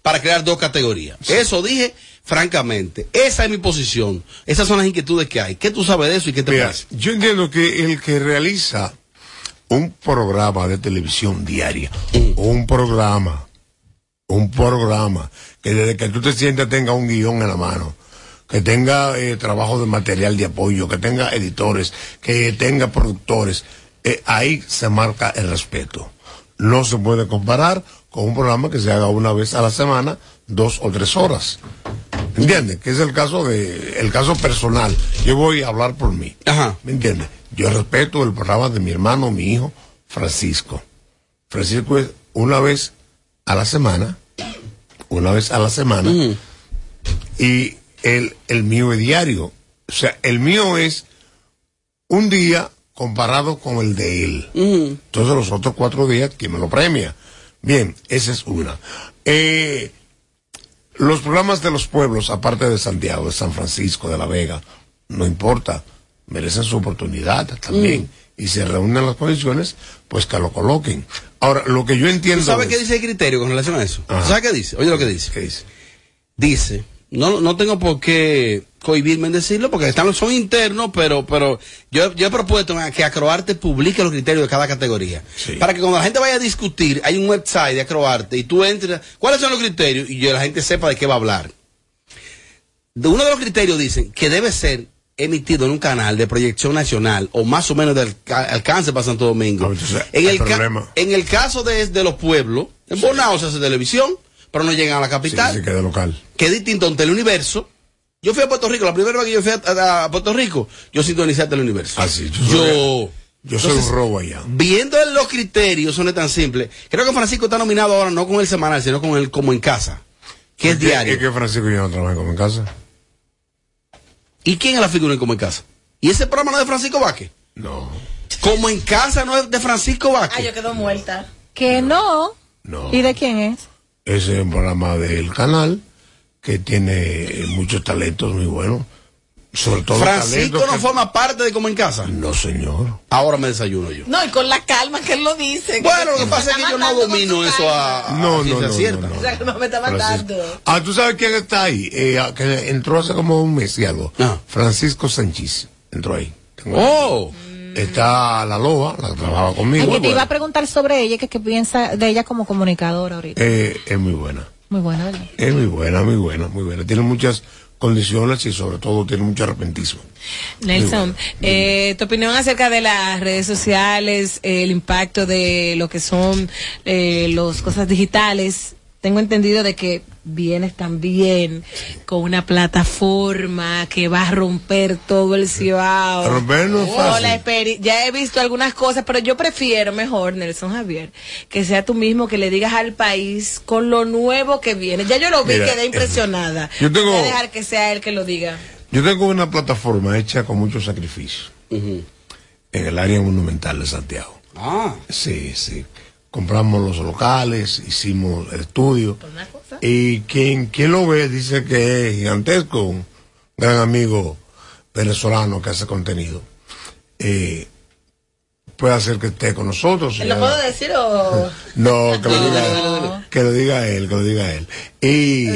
para crear dos categorías. Eso dije, francamente. Esa es mi posición. Esas son las inquietudes que hay. ¿Qué tú sabes de eso y qué te
Mira,
parece?
yo entiendo que el que realiza un programa de televisión diaria, un programa, un programa, que desde que tú te sientas tenga un guión en la mano, que tenga eh, trabajo de material de apoyo, que tenga editores, que tenga productores, eh, ahí se marca el respeto. No se puede comparar con un programa que se haga una vez a la semana, dos o tres horas. ¿Entiendes? Que es el caso de el caso personal. Yo voy a hablar por mí. ¿Me entiendes? Yo respeto el programa de mi hermano, mi hijo, Francisco. Francisco es una vez a la semana, una vez a la semana, y el, el mío es diario. O sea, el mío es un día comparado con el de él. Entonces los otros cuatro días, ¿quién me lo premia? Bien, esa es una. Eh, los programas de los pueblos, aparte de Santiago, de San Francisco, de La Vega, no importa, merecen su oportunidad también.
Mm.
Y se reúnen las condiciones, pues que lo coloquen. Ahora, lo que yo entiendo.
¿Tú sabes
es-
qué dice el criterio con relación a eso? ¿Tú ¿Sabes qué dice? Oye lo que dice.
dice?
no, no tengo por qué cohibirme en decirlo porque están, son internos, pero, pero yo, yo he propuesto que Acroarte publique los criterios de cada categoría. Para que cuando la gente vaya a discutir, hay un website de Acroarte y tú entras, ¿cuáles son los criterios? Y yo- la gente sepa de qué va a hablar. De uno de los criterios dicen que debe ser emitido en un canal de proyección nacional o más o menos de alca- alcance para Santo Domingo. en, el
el
ca-
problema.
en el caso de, de los pueblos, en Bonao se hace televisión, pero no llegan a la capital.
se queda local.
Que es distinto a Teleuniverso. Yo fui a Puerto Rico, la primera vez que yo fui a, a- a Puerto Rico, yo sintonicé a Teleuniverso. Así, Ah, yo. Yo,
Yo soy un robo allá.
Viendo los criterios, son tan simples. Creo que Francisco está nominado ahora no con el semanal, sino con el como en casa, que es
¿Y qué-
diario.
¿Y que Francisco y yo no trabajan como en casa?
¿Y quién es la figura en Como en Casa? ¿Y ese programa no es de Francisco Vázquez?
No.
Como en Casa no es de Francisco Vázquez.
Ah, yo quedo muerta.
Que no. ¿Y de quién es?
Ese es un programa del canal que tiene eh, muchos talentos muy buenos. Sobre todo
Francisco
talentos
no
que-
forma parte de Como en Casa.
No, señor.
Ahora me desayuno yo.
No, y con la calma que él lo dice.
Bueno, lo que pasa es que yo no domino eso a, a
Ah, No, no,
ciencia
no, no,
cierta.
no.
O sea, que no me está matando.
Ah, tú sabes quién está ahí. Eh, ah, que entró hace como un mes y algo. Francisco Sánchez. Entró ahí. Tengo-
Ah. Oh.
Está la loba, la que trabajaba
Ay,
conmigo.
que te iba a preguntar sobre ella, que, que piensa de ella como comunicadora ahorita.
Eh, es muy buena.
Muy buena, ¿verdad?
Es muy buena, muy buena, muy buena. Tiene muchas condiciones y sobre todo tiene mucho arrepentismo.
Nelson, eh, tu opinión acerca de las redes sociales, el impacto de lo que son eh, las cosas digitales. Tengo entendido de que vienes también con una plataforma que va a romper todo el Cibao.
Romper no es
Oh,
fácil.
la experi- ya he visto algunas cosas, pero yo prefiero mejor, Nelson Javier, que sea tú mismo que le digas al país con lo nuevo que viene. Ya yo lo vi,
Mira,
quedé impresionada.
yo tengo-
Voy a dejar que sea él que lo diga.
Yo tengo una plataforma hecha con mucho sacrificio en el área monumental de Santiago.
Ah.
Sí, sí. Compramos los locales, hicimos el estudio. Y quien, quien lo ve dice que es gigantesco, un gran amigo venezolano que hace contenido. Eh, puede hacer que esté con nosotros.
¿Lo
ya-
puedo decir o.?
No, que lo
No.
diga él. Que lo diga él, que lo diga él. Y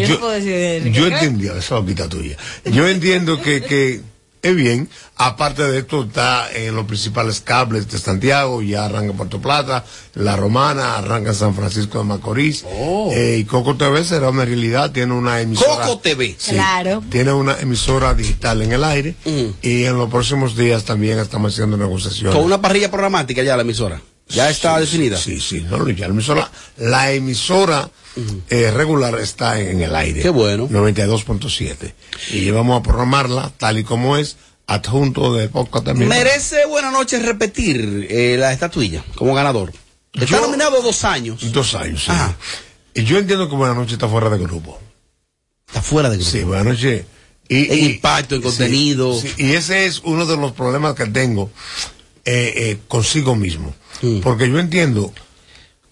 Yo, no puedo decir.
yo entiendo, eso es la pita tuya. Yo entiendo que, que es bien. Aparte de esto, está en los principales cables de Santiago, ya arranca en Puerto Plata, La Romana, arranca en San Francisco de Macorís. Eh, y Coco TV será una realidad, tiene una emisora.
Oh. Coco TV.
Sí, Tiene una emisora digital en el aire y en los próximos días también estamos haciendo negociaciones.
Mm. Con una parrilla programática ya la emisora. Ya está definida.
Sí, sí, no, no, ya la emisora, la emisora eh, regular está en, en el aire.
Qué bueno.
92.7. Y vamos a programarla tal y como es, adjunto de podcast también.
Merece buena noche repetir eh, la estatuilla como ganador. Está nominado dos años.
Dos años, sí. Y yo entiendo que Buenas noches está fuera de grupo.
Está fuera de
grupo. Sí, Buenas noches. Y,
En impacto, en
sí,
contenido.
sí, y ese es uno de los problemas que tengo eh, eh, consigo mismo.
Mm.
Porque yo entiendo,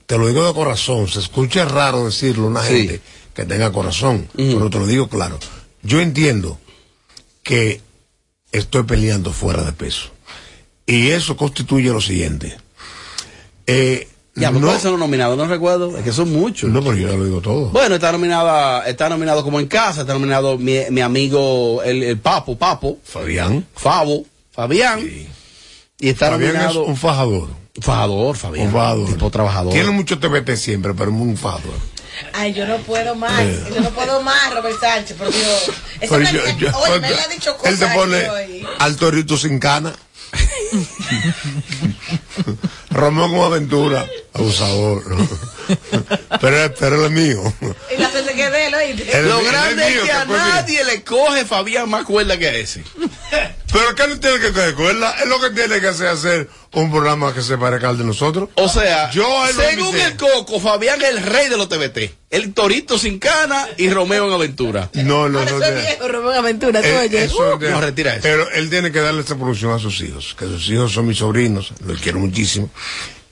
te lo digo de corazón, se escucha raro decirlo a una
Sí. Mm.
gente que tenga corazón, pero te lo digo claro. Yo entiendo que estoy peleando fuera de peso. Y eso constituye lo siguiente. Eh,
Ya, pero ¿cuáles son los nominados? No recuerdo. Es que son muchos.
No, pero yo ya lo digo todo.
Bueno, está nominada, está nominado como en casa, está nominado mi, mi amigo el, el Papo, Papo.
Fabián.
Favo, Fabián. Y está
Fabián es
nominado
un fajador.
Fajador, Fabián.
Un fajador.
Tipo trabajador.
Tiene mucho TBT siempre, pero es un fajador.
Ay, yo no puedo más. Yo no puedo más, Robert Sánchez, por Dios. Esa
Pero
es
yo-
la-
yo-
Oye, me la ha dicho
él se
cosas
pone
aquí hoy.
al torito sin cana. Ramón con aventura, abusador. pero, pero él es mío.
Y la suerte que de él, oíste.
El-
Lo
el
grande es
mío,
que a
que fue mío.
nadie le coge Fabián más cuerda que a ese.
Pero que no tiene que recuerda, es lo que tiene que hacer, hacer un programa que se parezca al de nosotros.
O sea,
yo a él lo
según
invité.
el Coco, Fabián es el rey de los TBT. El Torito sin cana y Romeo en aventura.
No, no, no. no.
Romeo Aventura, tú
Eh,
oyes.
eso
Uh.
de- Pero él tiene que darle esta producción a sus hijos, que sus hijos son mis sobrinos, los quiero muchísimo.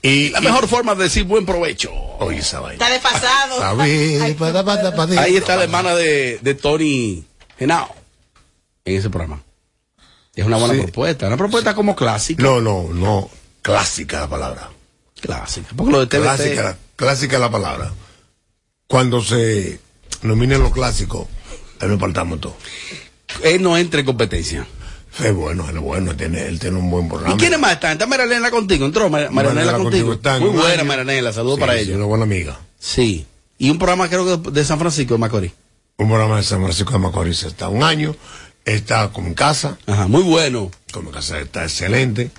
Y
La mejor forma de decir buen provecho.
Oye, esa vaina.
Está desfasado.
A ver,
Ay,
pata, pata, pata.
Ahí está la hermana de, de Tony Genao en ese programa. Es una buena
Sí.
propuesta, una propuesta como clásica.
No, no, no. Clásica la palabra.
Clásica. Porque lo de TBT
Clásica, la- clásica la palabra. Cuando se nominen los clásicos, ahí nos partamos todo.
él no entra en competencia.
Es bueno, él es bueno, tiene, él tiene un buen programa.
¿Y quiénes más están? Está Maranela contigo, entró Mar- Maranela
Marianela
contigo.
está en
Muy
un
buena
año.
Maranela, saludos
Sí,
para
sí,
ellos.
Una buena amiga.
Sí. Y un programa creo que de San Francisco de Macorís.
Un programa de San Francisco de Macorís está un año, está con casa.
Ajá, muy bueno.
Como casa está excelente.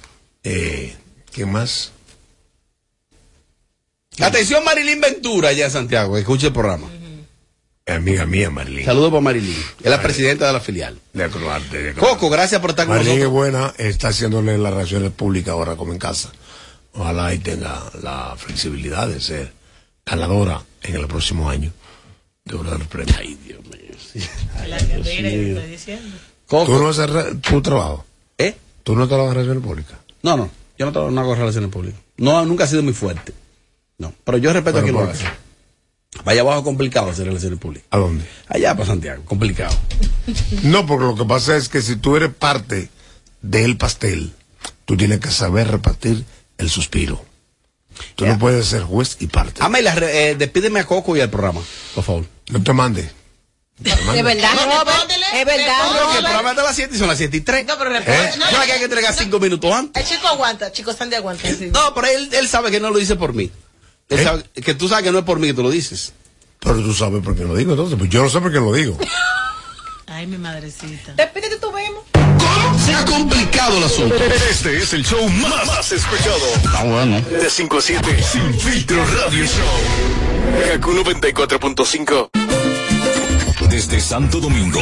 Eh, ¿Qué más?
Atención Marilyn Ventura allá en Santiago, escuche el programa.
Amiga mía, Marilyn.
Saludos para Marilyn, es la presidenta de la filial.
De Croarte, de Croarte.
Coco, gracias por estar con
Marilyn es
nosotros.
buena, está haciéndole las relaciones públicas ahora como en casa. Ojalá y tenga la flexibilidad de ser ganadora en el próximo año de uno de los premios.
Ay, Dios mío. sí.
La que
Dios
mira, yo
mío.
estoy diciendo.
¿Tú
Coco,
no haces re- tu trabajo?
¿Eh?
¿Tú no trabajas en relaciones públicas?
no, no, yo no, tra- no hago relaciones públicas. No, nunca ha sido muy fuerte. No, pero yo respeto a
Pero
quien lo
¿por
hace. Vaya abajo complicado hacer relaciones públicas.
¿A dónde?
Allá para Santiago, complicado.
No, porque lo que pasa es que si tú eres parte del pastel, tú tienes que saber repartir el suspiro. Tú no puedes ser juez y parte.
Amela, re- eh, despídeme a Coco y al programa, por favor.
No te mandes.
Es verdad, Robert. Es verdad,
Ah, No, que el programa está a las 7 y son las 7 y 3.
No, pero le
¿Eh? No, que hay que entregar 5 minutos
Eh,
antes.
El chico aguanta, el chico Sandy aguanta. sí.
No, pero él, él sabe que no lo dice por mí. Él sabe- que tú sabes que no es por mí que tú lo dices.
¿Eh? Pero tú sabes por qué lo digo entonces. Pues yo no sé por qué lo digo.
Ay, mi madrecita. Despídete tú mismo.
Se ha complicado el asunto.
Este es el show más, más escuchado.
Ah, bueno.
De 5 a 7. Sin filtro radio show. Kaku 94.5.
Desde Santo Domingo,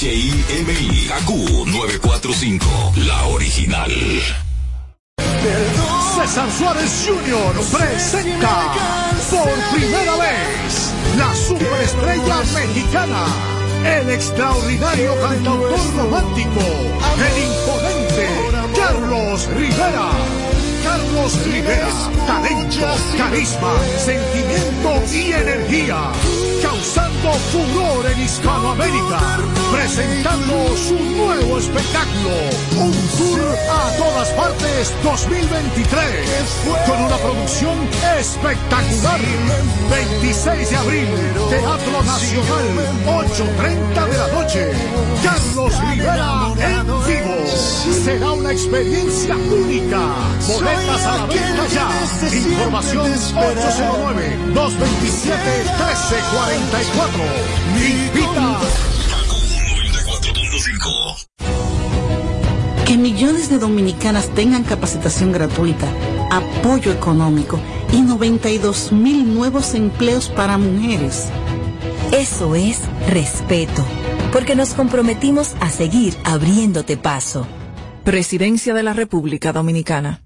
HIMI, KQ 945, la original.
César Suárez Jr. presenta por primera vez la superestrella mexicana, el extraordinario cantautor romántico, el imponente Carlos Rivera. Carlos Rivera, talento, carisma, sentimiento y energía. causando furor en Hispanoamérica, presentando su nuevo espectáculo, un tour a todas partes 2023, con una producción espectacular. 26 de abril, Teatro Nacional, 8.30 de la noche, Carlos Rivera en vivo. Será una experiencia única. Boletas a la venta ya. Información 809-227-1344. Invita.
Que millones de dominicanas tengan capacitación gratuita, apoyo económico y 92 mil nuevos empleos para mujeres.
Eso es respeto, porque nos comprometimos a seguir abriéndote paso.
Presidencia de la República Dominicana.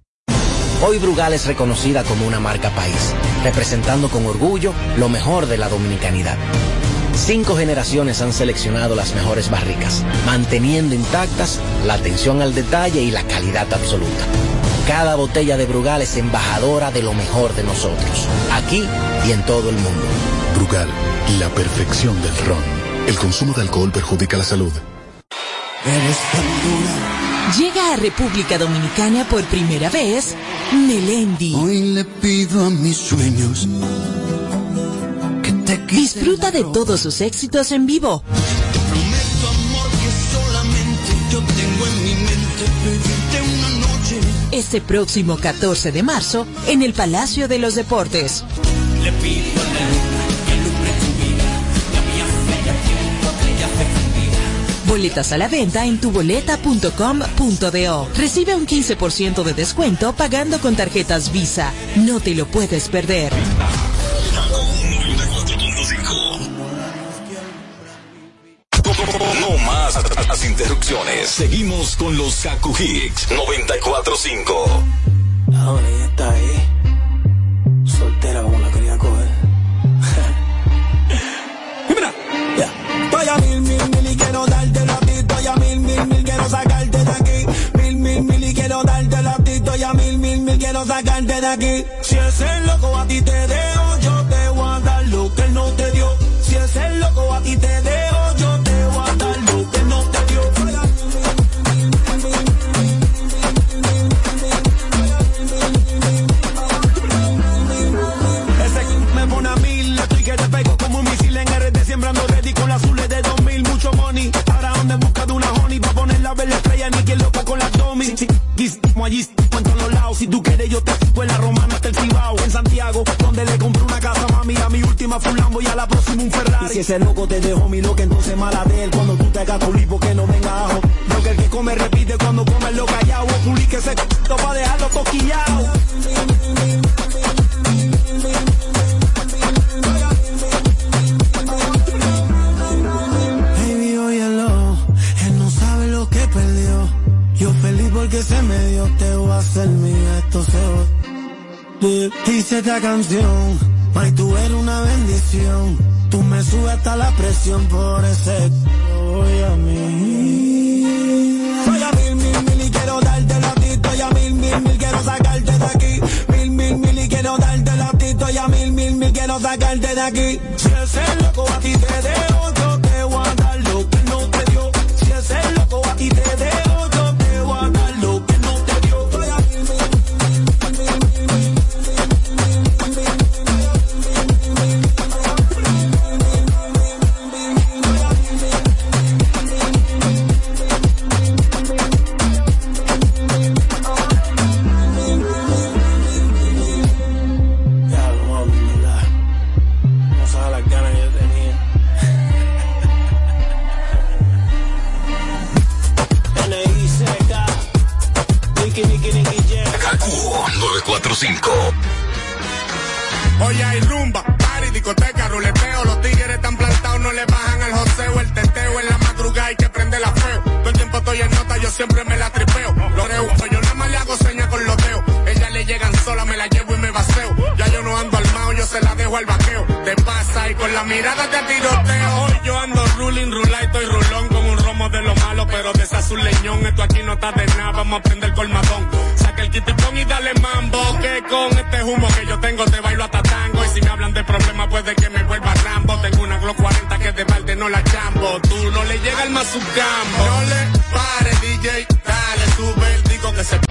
Hoy Brugal es reconocida como una marca país, representando con orgullo lo mejor de la dominicanidad. Cinco generaciones han seleccionado las mejores barricas, manteniendo intactas la atención al detalle y la calidad absoluta. Cada botella de Brugal es embajadora de lo mejor de nosotros, aquí y en todo el mundo.
Brugal, la perfección del ron. El consumo de alcohol perjudica la salud.
Llega a República Dominicana por primera vez Melendi. Hoy le pido a mis sueños que te Disfruta de todos sus éxitos en vivo. Este próximo 14 de marzo en el Palacio de los Deportes.
Le pido a la luna que alumbre tu vida, la mía bella tiene botella fecundida.
Boletas a la venta en tuboleta.com.do. Recibe un 15% de descuento pagando con tarjetas Visa. No te lo puedes perder.
No más las interrupciones. Seguimos con los Kaku Hicks 945.
Ahora ella está ahí. Soltera como la quería coger. y mira, ya. Estoy a mil, mil, mil y quiero dártelo a ti. Estoy a mil, mil, mil, quiero sacarte de aquí. Mil, mil, mil y quiero dártelo a ti. Estoy a mil, mil, mil, quiero sacarte de aquí. Si ese loco a ti te dejo, yo te voy a dar lo que él no te dio. Si ese loco a ti te dejo, yo te voy a dar lo que él no te dio.
Ese me pone a mil, le estoy que te pego como un misil en RT siembrando ready con las azules de 2000, mucho money. Ahora anda en busca de una honey, va a poner la vela estrella ni quien loco con la Tommy. Si, si, como allí, en todos lados, si tú quieres yo te sigo en la romana hasta el Cibao, en Santiago, donde le compré una casa, mami, a mi última fue un Lambo y a la próxima un Ferrari.
Y si ese loco te dejó mi loca, entonces mala de él. Cuando tú te hagas tu lipo, que no venga ajo. Lo que el que come repite cuando come lo callado. Publique ese c***o pa' dejarlo coquillao. Baby, óyelo, él no sabe lo que perdió. Yo feliz porque se me dio, te voy a hacer mía, esto se va. Te- Hice esta canción, May, tú eres una bendición. Tú me subes hasta la presión por ese voy a mí.
Soy a mil, mil, mil y quiero dártelo a ti. Estoy a mil, mil, mil, quiero sacarte de aquí. Mil, mil, mil y quiero dártelo a ti. Estoy a mil, mil, mil, quiero sacarte de aquí.
Si ese loco a ti te dejo, yo te voy a dar lo que no te dio. Si ese loco a ti te dejo, yo te voy a dar lo que no te dio. Ya lo mami, en verdad. No sabes las ganas que yo tenía. N.I.C.K. Nicky, Nicky, Nicky, yeah.
Kaku 945.
Hoy hay rumba, party, discoteca, ruleteo. Los tigres están plantados, no le bajan al joseo. El teteo en la madrugada hay que prende la feo. Todo el tiempo estoy en nota, yo siempre me la tripeo. Lo creo, pues yo nada más le hago señas con loteo. Ellas le llegan sola, me la llevo y me vaceo. Ya yo no ando armado, yo se la dejo al vaqueo. Te pasa y con la mirada te tiroteo. Hoy yo ando ruling, rula y estoy rulón con un romo de lo malo, pero de esa su leñón. Esto aquí no está de nada, vamos a prender el colmadón. Saca el chiquitipón y dale mambo. Que con este humo que yo tengo te bailo hasta tango. Y si me hablan de problemas puede que me vuelva Rambo. Tengo una Glock 40 que de balde no la chambo. Tú no le llega el mazucambo. No le pare, DJ. Dale, sube el disco que se